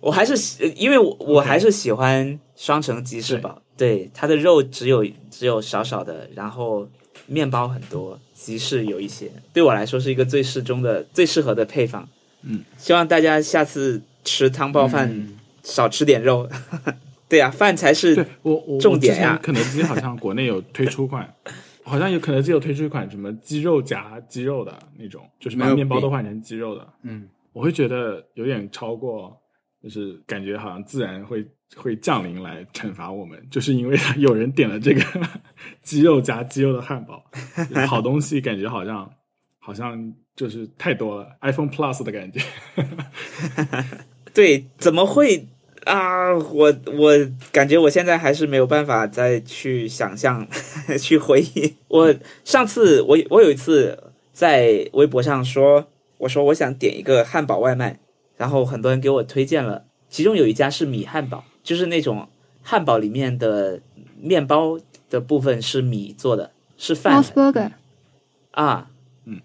C: 我还是喜因为我我还是喜欢双层吉士堡，对它的肉只有只有少少的，然后面包很多，吉士有一些，对我来说是一个最适中的、最适合的配方。
B: 嗯，
C: 希望大家下次吃汤泡饭、
A: 嗯
C: 少吃点肉。 对呀、饭才
B: 对
C: 是
B: 我我我
C: 重点
B: 之前
C: 呀
B: 肯德基好像国内有推出款， 好像有肯德基有推出一款什么鸡肉夹鸡肉的那种，就是把
A: 没有
B: 面包
A: 饼
B: 都换成鸡肉的。
A: 嗯，
B: 我会觉得有点超过，就是感觉好像自然会会降临来惩罚我们，就是因为有人点了这个 鸡肉夹鸡肉的汉堡，好东西感觉好像好像就是太多了，iPhone Plus 的感觉。
C: 对，怎么会啊？我我感觉我现在还是没有办法再去想象、 去回忆。我上次我我有一次在微博上说，我说我想点一个汉堡外卖，然后很多人给我推荐了，其中有一家是米汉堡，就是那种汉堡里面的面包的部分是米做的，是
D: m
C: 饭
D: o s burger
C: 啊。
B: 嗯，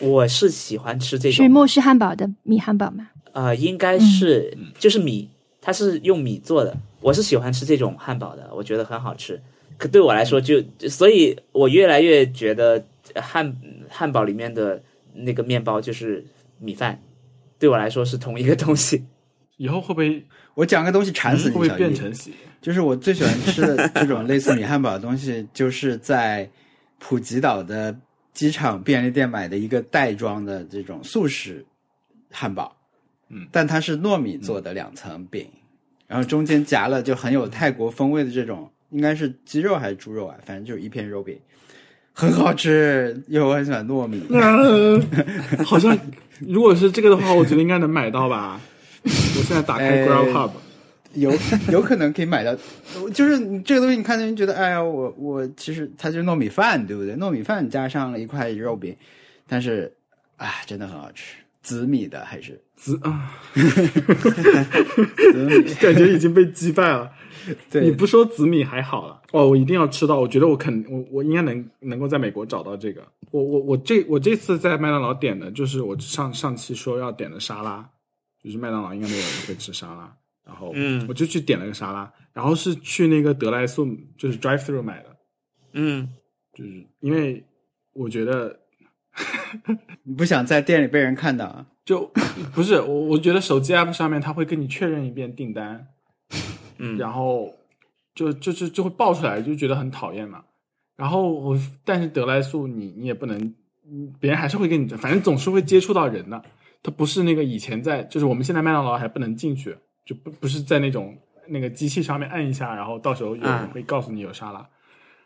C: 我是喜欢吃这种
D: 是。末世汉堡的米汉堡吗？
C: 呃，应该是、
B: 嗯
C: 就是米，它是用米做的。我是喜欢吃这种汉堡的，我觉得很好吃。可对我来说就，所以我越来越觉得呃汉汉堡里面的那个面包就是米饭，对我来说是同一个东西。
B: 以后会不会
A: 我讲个东西馋死
B: 嗯会
A: 你，
B: 不会
A: 小
B: 变
A: 易。
B: 成喜？
A: 就是我最喜欢吃的这种类似米汉堡的东西，就是在普吉岛的机场便利店买的一个袋装的这种速食汉堡，
B: 嗯，
A: 但它是糯米做的两层饼，然后中间夹了就很有泰国风味的这种，应该是鸡肉还是猪肉啊，反正就是一片肉饼，很好吃，因为我很喜欢糯米。
B: 好像如果是这个的话，我觉得应该能买到吧。我现在打开
A: 哎
B: Grubhub，、
A: 有 有可能可以买到，就是你这个东西，你看见觉得，哎呀，我我其实它就是糯米饭，对不对？糯米饭加上了一块肉饼，但是啊，真的很好吃，紫米的还是
B: 子啊，
A: 紫米，
B: 感觉已经被击败了。你
A: 对，
B: 不说紫米还好了，哦，我一定要吃到，我觉得我肯我我应该能能够在美国找到这个。我我我这我这次在麦当劳点的就是我上上期说要点的沙拉，就是麦当劳应该没有人会吃沙拉，然后
C: 嗯
B: 我就去点了个沙拉，然后是去那个德莱素就是 drive through 买的，
C: 嗯，
B: 就是因为我觉得
A: 你不想在店里被人看到啊？
B: 就不是我我觉得手机 app 上面它会跟你确认一遍订单，
C: 嗯
B: 然后就就就就会爆出来，就觉得很讨厌嘛。然后我，但是得来速你你也不能，嗯别人还是会跟你，反正总是会接触到人的。他不是那个以前在，就是我们现在麦当劳还不能进去，就不不是在那种那个机器上面按一下，然后到时候有人
C: 嗯
B: 会告诉你有沙拉，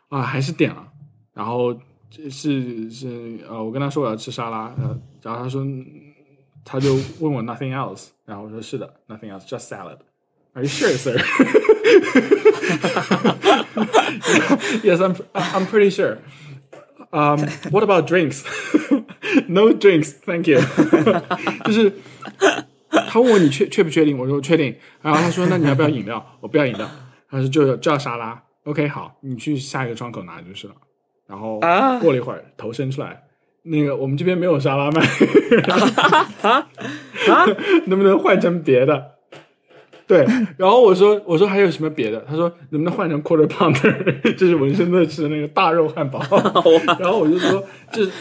B: 啊，还是点了，然后这是是呃，我跟他说我要吃沙拉，呃，然后他说他就问我 nothing else，然后我说是的，nothing else，just salad。Are you sure, sir? yes, I'm. I'm pretty sure. Um, what about drinks? no drinks, thank you. 就是他问我你确确不确定，我说确定。然后他说那你要不要饮料？我不要饮料。他说就就要沙拉。OK，好，你去下一个窗口拿就是了。然后
C: 啊
B: 过了一会儿，头伸出来，那个我们这边没有沙拉 卖，
C: 啊啊！
B: 能不能换成别的？对，然后我说我说还有什么别的？他说能不能换成 quarter pounder，就是 纹身的吃的那个大肉汉堡。然后我就说就是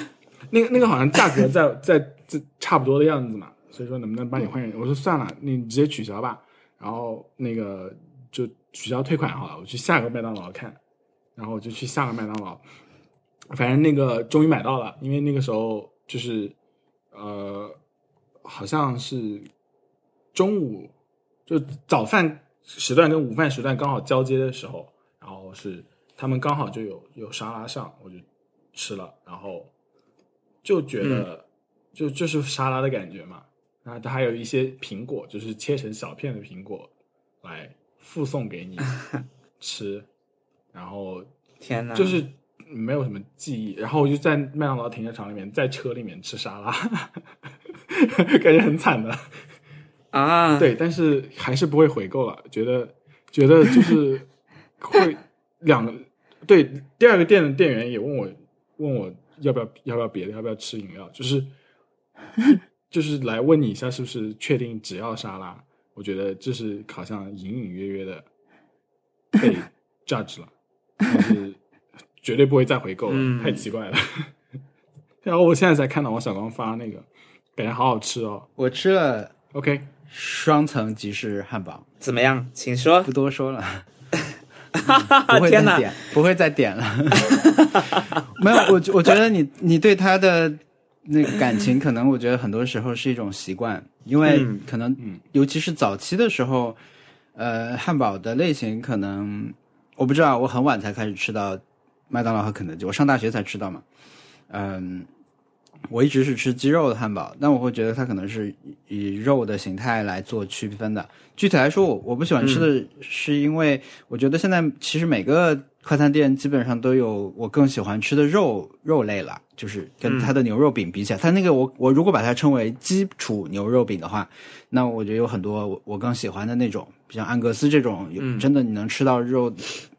B: 那个那个好像价格在在在差不多的样子嘛，所以说能不能帮你换？我说算了，你直接取消吧。然后那个就取消退款好了，我去下个麦当劳看。然后我就去下个麦当劳，反正那个终于买到了，因为那个时候就是呃，好像是中午就早饭时段跟午饭时段刚好交接的时候，然后是他们刚好就有有沙拉上，我就吃了，然后就觉得、就就是沙拉的感觉嘛。然后它还有一些苹果，就是切成小片的苹果来附送给你吃，然后
C: 天哪，
B: 就是没有什么记忆。然后我就在麦当劳停车场里面，在车里面吃沙拉， 感觉很惨的。
C: 啊，
B: 对，但是还是不会回购了，觉得觉得就是会两个对第二个店的店员也问我问我要不要要不要别的，要不要吃饮料，就是就是来问你一下是不是确定只要沙拉，我觉得这是好像隐隐约约的 被 judge 了，但是绝对不会再回购了，
C: 嗯
B: 太奇怪了。 然后我现在才看到王小光发那个，感觉好好吃哦。
A: 我吃了
B: OK，
A: 双层吉士汉堡，
C: 怎么样？请说
A: 不。多说 了。不
C: 哈
A: 会
C: 天
A: 再
C: 哪，
A: 点，不会再点了。 没有，我觉我觉得你你对他的那个感情，可能我觉得很多时候是一种习惯，因为
C: 嗯
A: 可能
B: 嗯
A: 尤其是早期的时候，呃，汉堡的类型可能我不知道，我很晚才开始吃到麦当劳和肯德基，我上大学才吃到嘛。嗯，我一直是吃鸡肉的汉堡，但我会觉得它可能是以以肉的形态来做区分的。具体来说，我我不喜欢吃的是因为我觉得现在其实每个快餐店基本上都有我更喜欢吃的肉肉类了，就是跟它的牛肉饼比起来，它那个我我如果把它称为基础牛肉饼的话，那我觉得有很多我我更喜欢的那种，像安格斯这种，有
C: 嗯
A: 真的你能吃到肉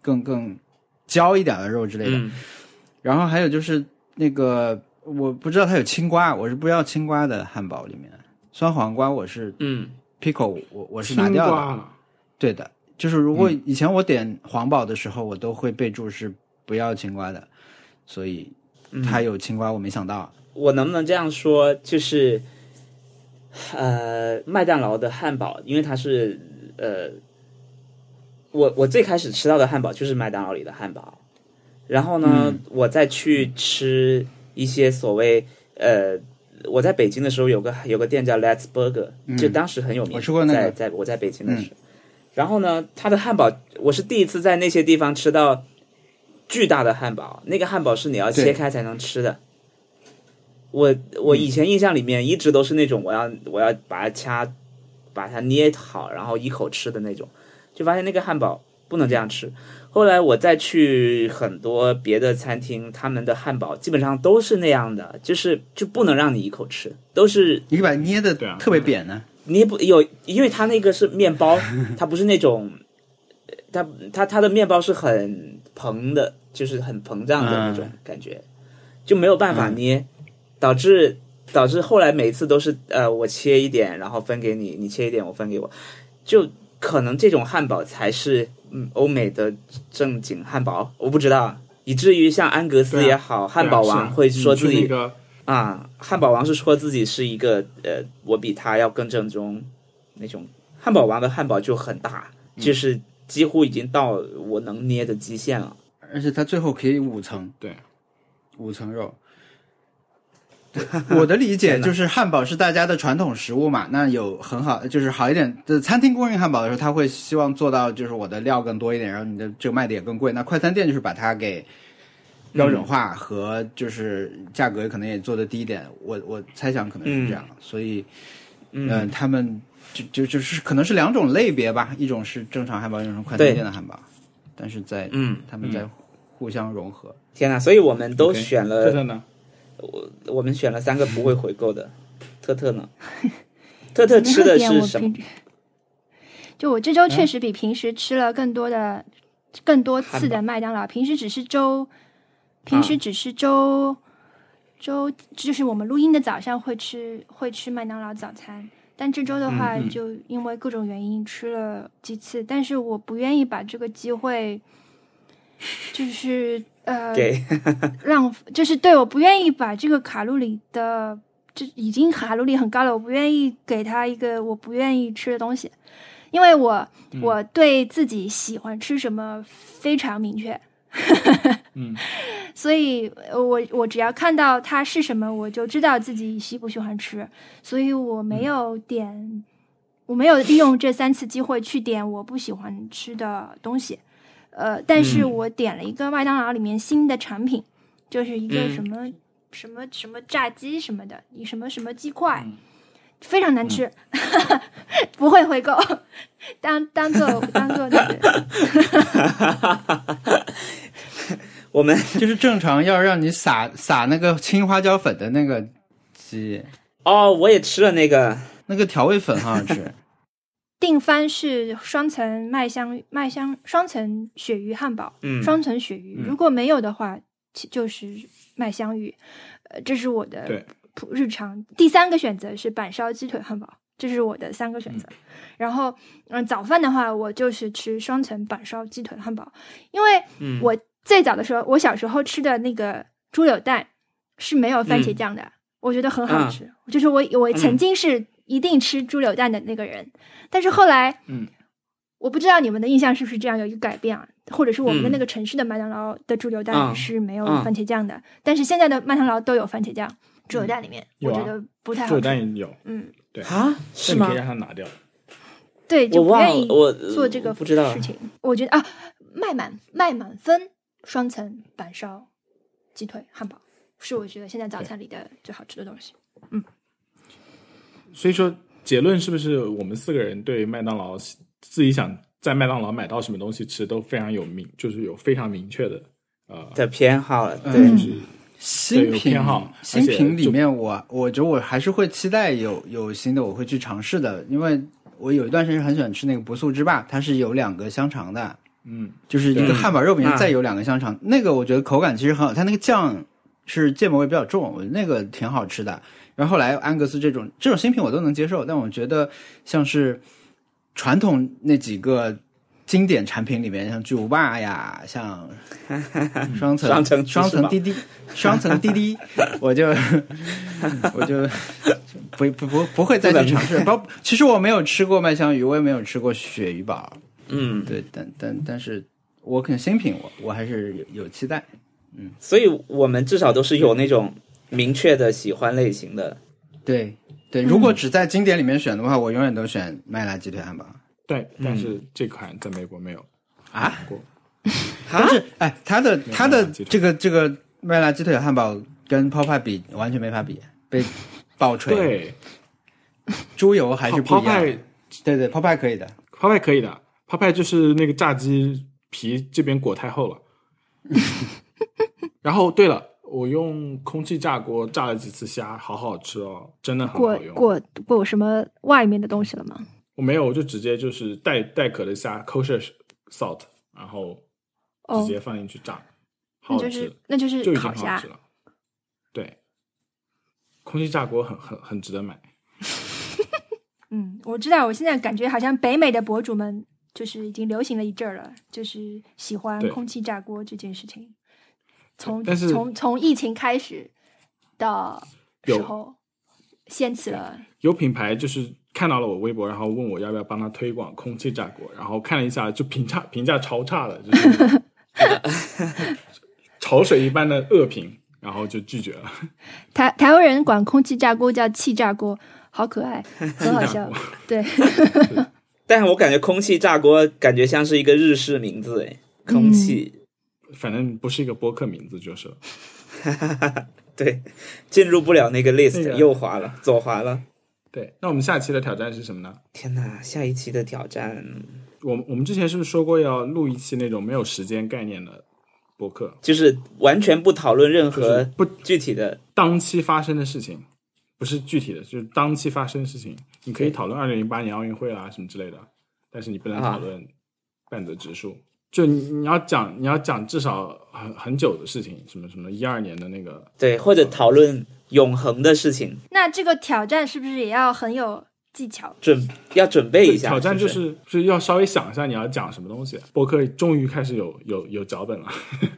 A: 更更焦一点的肉之类的。
C: 嗯
A: 然后还有就是那个，我不知道它有青瓜，我是不要青瓜的汉堡里面，酸黄瓜我是
C: 嗯
A: pickle，我我是拿
B: 青
A: 掉的。
B: 瓜。
A: 对的，就是如果以前我点黄堡的时候，我都会备注是不要青瓜的，所以
C: 嗯，
A: 它有青瓜，我没想到。
C: 我能不能这样说？就是，呃，麦当劳的汉堡，因为它是呃，我我最开始吃到的汉堡就是麦当劳里的汉堡，然后呢，
A: 嗯
C: 我再去吃一些所谓呃。我在北京的时候有个有个店叫 Let's Burger，、就当时很有名。
A: 嗯我吃过那个嗯
C: 在在我在北京的时候，然后呢，它的汉堡我是第一次在那些地方吃到巨大的汉堡，那个汉堡是你要
A: 对嗯
C: 切开才能吃的。我我以前印象里面一直都是那种我要我要把它掐，把它捏好，然后一口吃的那种，就发现那个汉堡不能这样吃。后来我再去很多别的餐厅，他们的汉堡基本上都是那样的，就是就不能让你一口吃，都是
A: 你把它捏的
B: 对啊
A: 特别扁呢、
C: 捏不有，因为它那个是面包，它不是那种，呃它它它的面包是很膨的，就是很膨胀的那种感觉，就没有办法捏，
B: 嗯
C: 导致导致后来每次都是呃我切一点，然后分给你，你切一点我分给我，就可能这种汉堡才是嗯欧美的正经汉堡，我不知道，以至于像安格斯
B: 对啊
C: 也好，汉堡王会说自
B: 对啊是啊
C: 己
B: 你就那个
C: 啊，汉堡王是说自己是一个呃，我比他要更正宗那种。汉堡王的汉堡就很大，
A: 嗯
C: 就是几乎已经到我能捏的极限了。
A: 而且它最后可以五层，
B: 对，
A: 五层肉。我的理解就是汉堡是大家的传统食物嘛，那有很好就是好一点的餐厅供应汉堡的时候，他会希望做到就是我的料更多一点，然后你的这个卖的也更贵。那快餐店就是把它给标准化和就是价格可能也做的低一点，我我猜想可能是这样，所以嗯、呃他们就就就是可能是两种类别吧，一种是正常汉堡，一种是快餐
C: 对
A: 店的汉堡，但是在
C: 嗯，
A: 他们在互相融合。
C: 天呐，所以我们都
A: OK，
C: 选
B: 特
C: 了，
B: 特呢？
C: 我们选了三个不会回购 的。特特呢？特特吃的是什么？
D: 么？就我这周确实比平时吃了更多的、更多次的麦当劳，平时只是周，平
C: 啊
D: 时只是周、周，就是我们录音的早上会吃会吃麦当劳早餐。但这周的话，
B: 嗯嗯
D: 就因为各种原因吃了几次，但是我不愿意把这个机会，就是呃，
C: 给
D: 浪费，就是对我不愿意把这个卡路里的，这已经卡路里很高了，我不愿意给他一个我不愿意吃的东西，因为我、我对自己喜欢吃什么非常明确，
B: 嗯，
D: 所以呃我我只要看到它是什么，我就知道自己喜不喜欢吃，所以我没有点，我没有利用这三次机会去点我不喜欢吃的东西，呃，但是
C: 嗯
D: 我点了一个麦当劳里面新的产品，就是一个
C: 嗯
D: 什么、什么什么炸鸡什么的，一什么什么鸡块，
B: 嗯
D: 非常难吃， 不会回购， 当当做当做那个
C: 我们
A: 就是正常要让你撒撒那个青花椒粉的那个鸡，
C: 哦，我也吃了那个，
A: 那个调味粉好像是
D: 定番是双层麦香麦香双层鳕鱼汉堡。
C: 嗯，
D: 双层鳕鱼，
B: 嗯
D: 如果没有的话，其就是麦香鱼。呃，这是我的
B: 对
D: 普日常。第三个选择是板烧鸡腿汉堡，这是我的三个
B: 嗯
D: 选择。然后，嗯，早饭的话，我就是吃双层板烧鸡腿汉堡，因为
C: 嗯
D: 我最早的时候，我小时候吃的那个猪柳蛋是没有番茄
C: 嗯
D: 酱的，我觉得很好吃。就是我我曾经是一定吃猪柳蛋的那个人，但是后来，
B: 嗯，
D: 我不知道你们的印象是不是这样有一个改变啊，或者是我们的
C: 嗯
D: 那个城市的麦当劳的猪柳
C: 啊
D: 蛋是没有
C: 啊
D: 番茄酱的，但是现在的麦当劳都有番茄酱，猪
C: 嗯
D: 柳蛋里面、
B: 有
D: 我
B: 啊
D: 觉得不太
B: 这
D: 好
B: 个
D: 吃。
B: 蛋有，
D: 嗯，
C: 啊，是
B: 但你
C: 吗
B: 可以？让它拿掉。
D: 对，
C: 我
D: 就不
C: 忘
D: 愿意
C: 了，我
D: 做这个
C: 嗯不知道
D: 事。情。我觉得啊，卖满卖满分双层板烧鸡腿汉堡是我觉得现在早餐里的最好吃的东西。
B: 所以说，结论是不是我们四个人对麦当劳自己想在麦当劳买到什么东西吃都非常有明，就是有非常明确的呃，
C: 的偏好了，对，
B: 就
A: 嗯
B: 是
A: 新
B: 有
A: 品
B: 偏好，
A: 新
B: 而且
A: 品里
B: 就
A: 面我我觉得我还是会期待有有新的，我会去尝试的，因为我有一段时间很喜欢吃那个不速之霸，它是有两个香肠的，
B: 嗯，
A: 就是一个
C: 对
A: 汉堡肉饼
C: 嗯，
A: 再有两个香肠，那个我觉得口感其实很好，它那个酱是芥末味比较重，我觉得那个挺好吃的。然后后来安格斯这种这种新品我都能接受，但我觉得像是传统那几个经典产品里面，像巨无霸呀，像双层
C: 双层芝士
A: 双层
C: 堡
A: 滴滴双层滴滴，我就我就不不不不会再去尝试。包其实我没有吃过麦香鱼，我也没有吃过鳕鱼堡，
C: 嗯，
A: 对，但但但是我可能新品我我还是有有期待。
C: 所以我们至少都是有那种明确的喜欢类型的，
A: 对对，如果只在经典里面选的话，我永远都选麦辣鸡腿汉堡
B: 对，但是这款在美国没有。
A: 啊。
B: 过
A: 但是哎，它的
B: 麦
A: 它的
B: 辣鸡腿
A: 这个这个麦辣鸡腿汉堡跟 p o p e 比完全没法比，被爆锤，
B: 对，
A: 猪油还是不
B: 泡
A: 一样。
B: 派
A: 对对 p o p e 可以的，
B: 泡派可以的，泡派就是那个炸鸡皮这边裹太 厚了。然后对了，我用空气炸锅炸了几次虾，好好吃哦，真的很
D: 过
B: 好用。
D: 过过什么外面的东西了吗？
B: 我没有，我就直接就是带带壳的虾，kosher salt，然后直
D: 哦
B: 接放进去炸，好
D: 那
B: 好
D: 就
B: 吃，
D: 是那就
B: 就是已经
D: 烤
B: 很好
D: 虾
B: 吃，了。对，空气炸锅很很很值得买。
D: 嗯，我知道，我现在感觉好像北美的博主们就是已经流行了一阵儿了，就是喜欢
B: 对
D: 空气炸锅这件事情。从
B: 但是
D: 从从疫情开始的时候，掀起了
B: 有品牌就是看到了我微博，然后问我要不要帮他推广空气炸锅，然后看了一下，就评价 评价超差的，就是潮水一般的恶评。然后就拒绝了。
D: 台台湾人管空气炸锅叫气炸锅，好可 爱，很好笑。对，
C: 但是我感觉空气炸锅感觉像是一个日式名字哎，空
B: 嗯
C: 气，
B: 反正不是一个播客名字就是了。
C: 对，进入不了那个 list，、
B: 那个
C: 右滑了，左滑了。
B: 对，那我们下期的挑战是什么呢？
C: 天呐，下一期的挑战
B: 我们我们之前是不是说过要录一期那种没有时间概念的播客，
C: 就是完全不讨论任
B: 就是
C: 何
B: 不
C: 具体的，
B: 当期发生的事情，不是具体的，就是当期发生的事情。你可以
C: 对
B: 讨论二零零八年奥运会啊什么之类的，但是你不能
C: 啊
B: 讨论半泽直树。就你你要讲你要讲至少很很久的事情，什么什么一二年的那个，
C: 对，或者讨论永恒的事情，
D: 那这个挑战是不是也要很有技 巧？
C: 准要准备一下。
B: 挑战就是是就是要稍微想一下你要讲什么东西。播客终于开始有有有脚本了，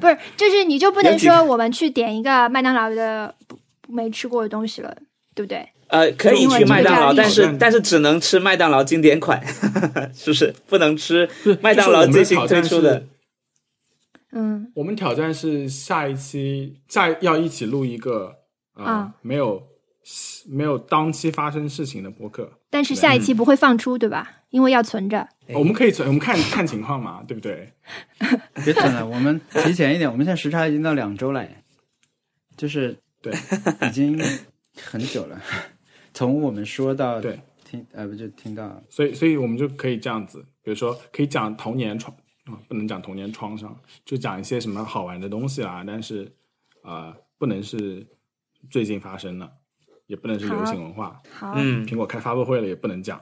D: 不是，就是你就不
C: 有
D: 能
C: 几个
D: 说我们去点一个麦当劳的不没吃过的东西了，对不对？
C: 呃，可以
D: 因为
C: 去
D: 这个
C: 麦当劳，
D: 压力
C: 但
B: 挑
C: 是
B: 战
C: 但是只能吃麦当劳经典款， 是不是？不能吃麦当劳
B: 就是
C: 最新
B: 我们
C: 推
B: 的挑战
C: 出
B: 是
C: 的。
D: 嗯，
B: 我们挑战是下一期下要一起录一个呃、
D: 啊
B: 没有没有当期发生事情的播客，
D: 但是下一期不会放出，对
C: 嗯
D: 吧？因为要存着。
C: 哎
B: 我们可以存我们看看情况嘛，对不对？
A: 别等了，我们提前一点，我们现在时差已经到两周了，哎就是
B: 对，
A: 已经很久了， 从我们说到
B: 对
A: 听呃不就听到
B: 所以所以我们就可以这样子，比如说可以讲童年创啊、不能讲童年创伤，就讲一些什么好玩的东西啦，但是呃，不能是最近发生的，也不能是流行文化，
D: 好，
C: 嗯，
B: 苹果开发布会了也不能讲，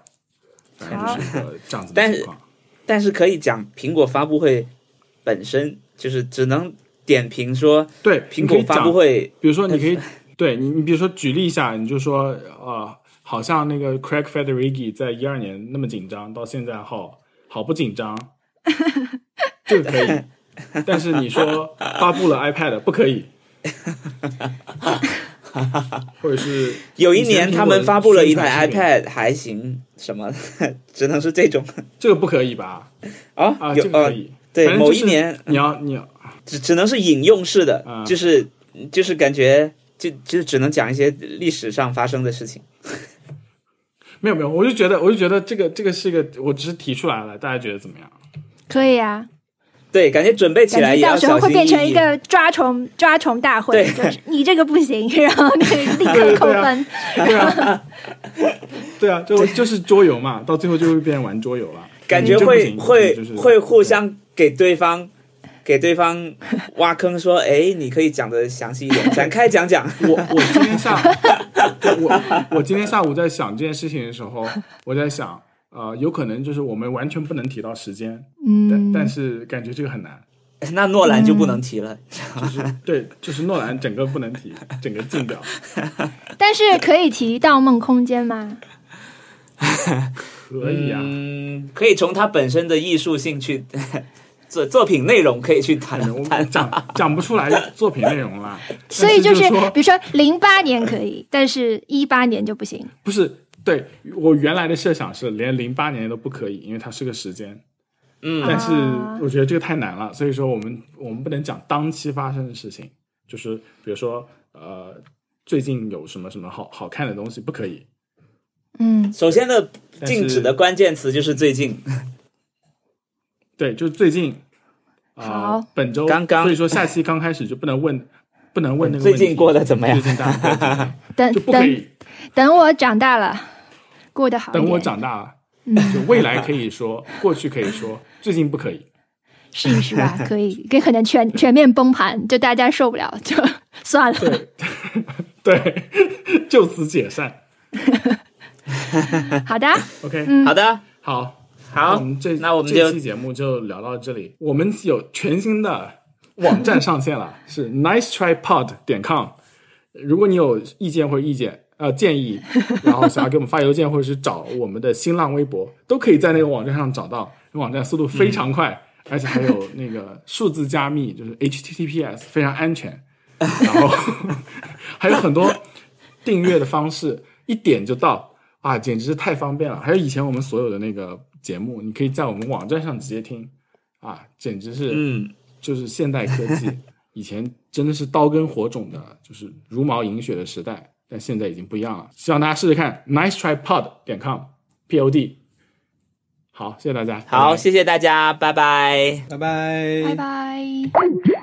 B: 反正就是一个这样子
C: 但
B: 的
C: 是
B: 情况。
C: 但是可以讲苹果发布会本身，就是只能点评说
B: 对，
C: 苹果发布会
B: 比如说，你可以对你，你比如说举例一下，你就说呃，好像那个 Craig Federighi 在一二年那么紧张，到现在好好不紧 张，这个可以。但是你说 发布了 iPad 不可以，或者是
C: 有一年他们发布了一
B: 以前苹
C: 台
B: 果的生产视频
C: iPad 还行，什么 只能是这种
B: 这个不可以吧？
C: 啊
B: 啊，
C: 有
B: 这个可
C: 呃
B: 以。
C: 对
B: 反正
C: 某
B: 就
C: 一
B: 是
C: 年
B: 你要你要
C: 只只能是引用式的，
B: 啊
C: 就是就是感觉就就只能讲一些历史上发生的事情。
B: 没有没有，我就觉得我就觉得这个这个是一个，我只是提出来了，大家觉得怎么样？
D: 可以啊。
C: 对，感觉准备起
D: 感
C: 来
D: 觉
C: 也
D: 到
C: 要
D: 时
C: 小
D: 候会
C: 心
D: 变成
C: 翼
D: 一
C: 翼。
D: 个抓虫抓虫大会，
C: 对
D: 就是你这个不行， 然后那 个立
B: 对
D: 刻
B: 对
D: 扣
B: 啊
D: 分。
B: 对啊， 对啊，就就是桌游嘛，到最后就会变成玩桌游了。
C: 感觉
B: 这不
C: 会
B: 行
C: 会
B: 就是
C: 会互相给对方给对方挖坑，说：“哎，你可以讲的详细一点，展开讲讲。
B: 我我今天下我我今天下午在想这件事情的时候，我在想，呃，有可能就是我们完全不能提到时间，但
D: 嗯，
B: 但是感觉这个很难，”
C: 那诺兰就不能提了。
B: 就是对，就是诺兰整个不能提，整个禁掉，
D: 但是可以提《盗梦空间》吗？
B: 可以啊。
C: 嗯，可以从他本身的艺术性去作作品内容可以去谈
B: 可嗯能我
C: 谈啊
B: 们讲讲不出来作品内容啦，
D: 所以
B: 但
D: 就是
B: 是说
D: 比如说零八年可 以，但是一八年就不行。
B: 不是对我原来的设想是连零八年都不可以，因为它是个时间。
C: 嗯
B: 但是
D: 啊
B: 我觉得这个太难了，所以说我们我们不能讲当期发生的事情，就是比如说呃，最近有什么什么好好看的东西不可以，
D: 嗯，
C: 首先的
B: 但是
C: 禁止的关键词就是最近，
B: 对，就是最近啊、呃
D: 好
B: 本周
C: 刚刚
B: 所以说下期刚开始就不能问不能问那个
C: 最
B: 问题
C: 近过得怎么样
B: 最近大家过得怎么样
D: 等
B: 就不可
D: 等
B: 以
D: 等我长大了，过得好一点。
B: 等我长大了，
D: 嗯
B: 就未来可以说，过去可以说，最近不可以。
D: 试一 试吧，可以，给可能全全面崩盘，就大家受不了，就 算了。
B: 对 对，就此解散。
D: 好的，
B: OK，、
C: 好的，
B: 好。那
C: 好
B: 我们这，
C: 那我们
B: 这
C: 就
B: 期节目就聊到这里。我们有全新的网站上线了， 是 nice tripod 点 com。如果你有意见或者意见呃建议，然后想要给我们发邮件或者是找我们的新浪微博，都可以在那个网站上找到。网站速度非常快，而且还有那个数字加密，就是 HTTPS，非常安全。然后还有很多订阅的方式，一点就到啊，简直是太方便了。还有以前我们所有的那个节目，你可以在我们网站上直接听啊，简直是
C: 嗯，
B: 就是现代科技。以前真的是刀耕火种的，就是茹毛饮血的时代，但现在已经不一样了。希望大家试试看，nice try pod 点 com p o d。好，谢谢大家。拜
C: 好，
B: 拜
C: 谢谢大家，拜拜。
A: 拜拜，
D: 拜拜。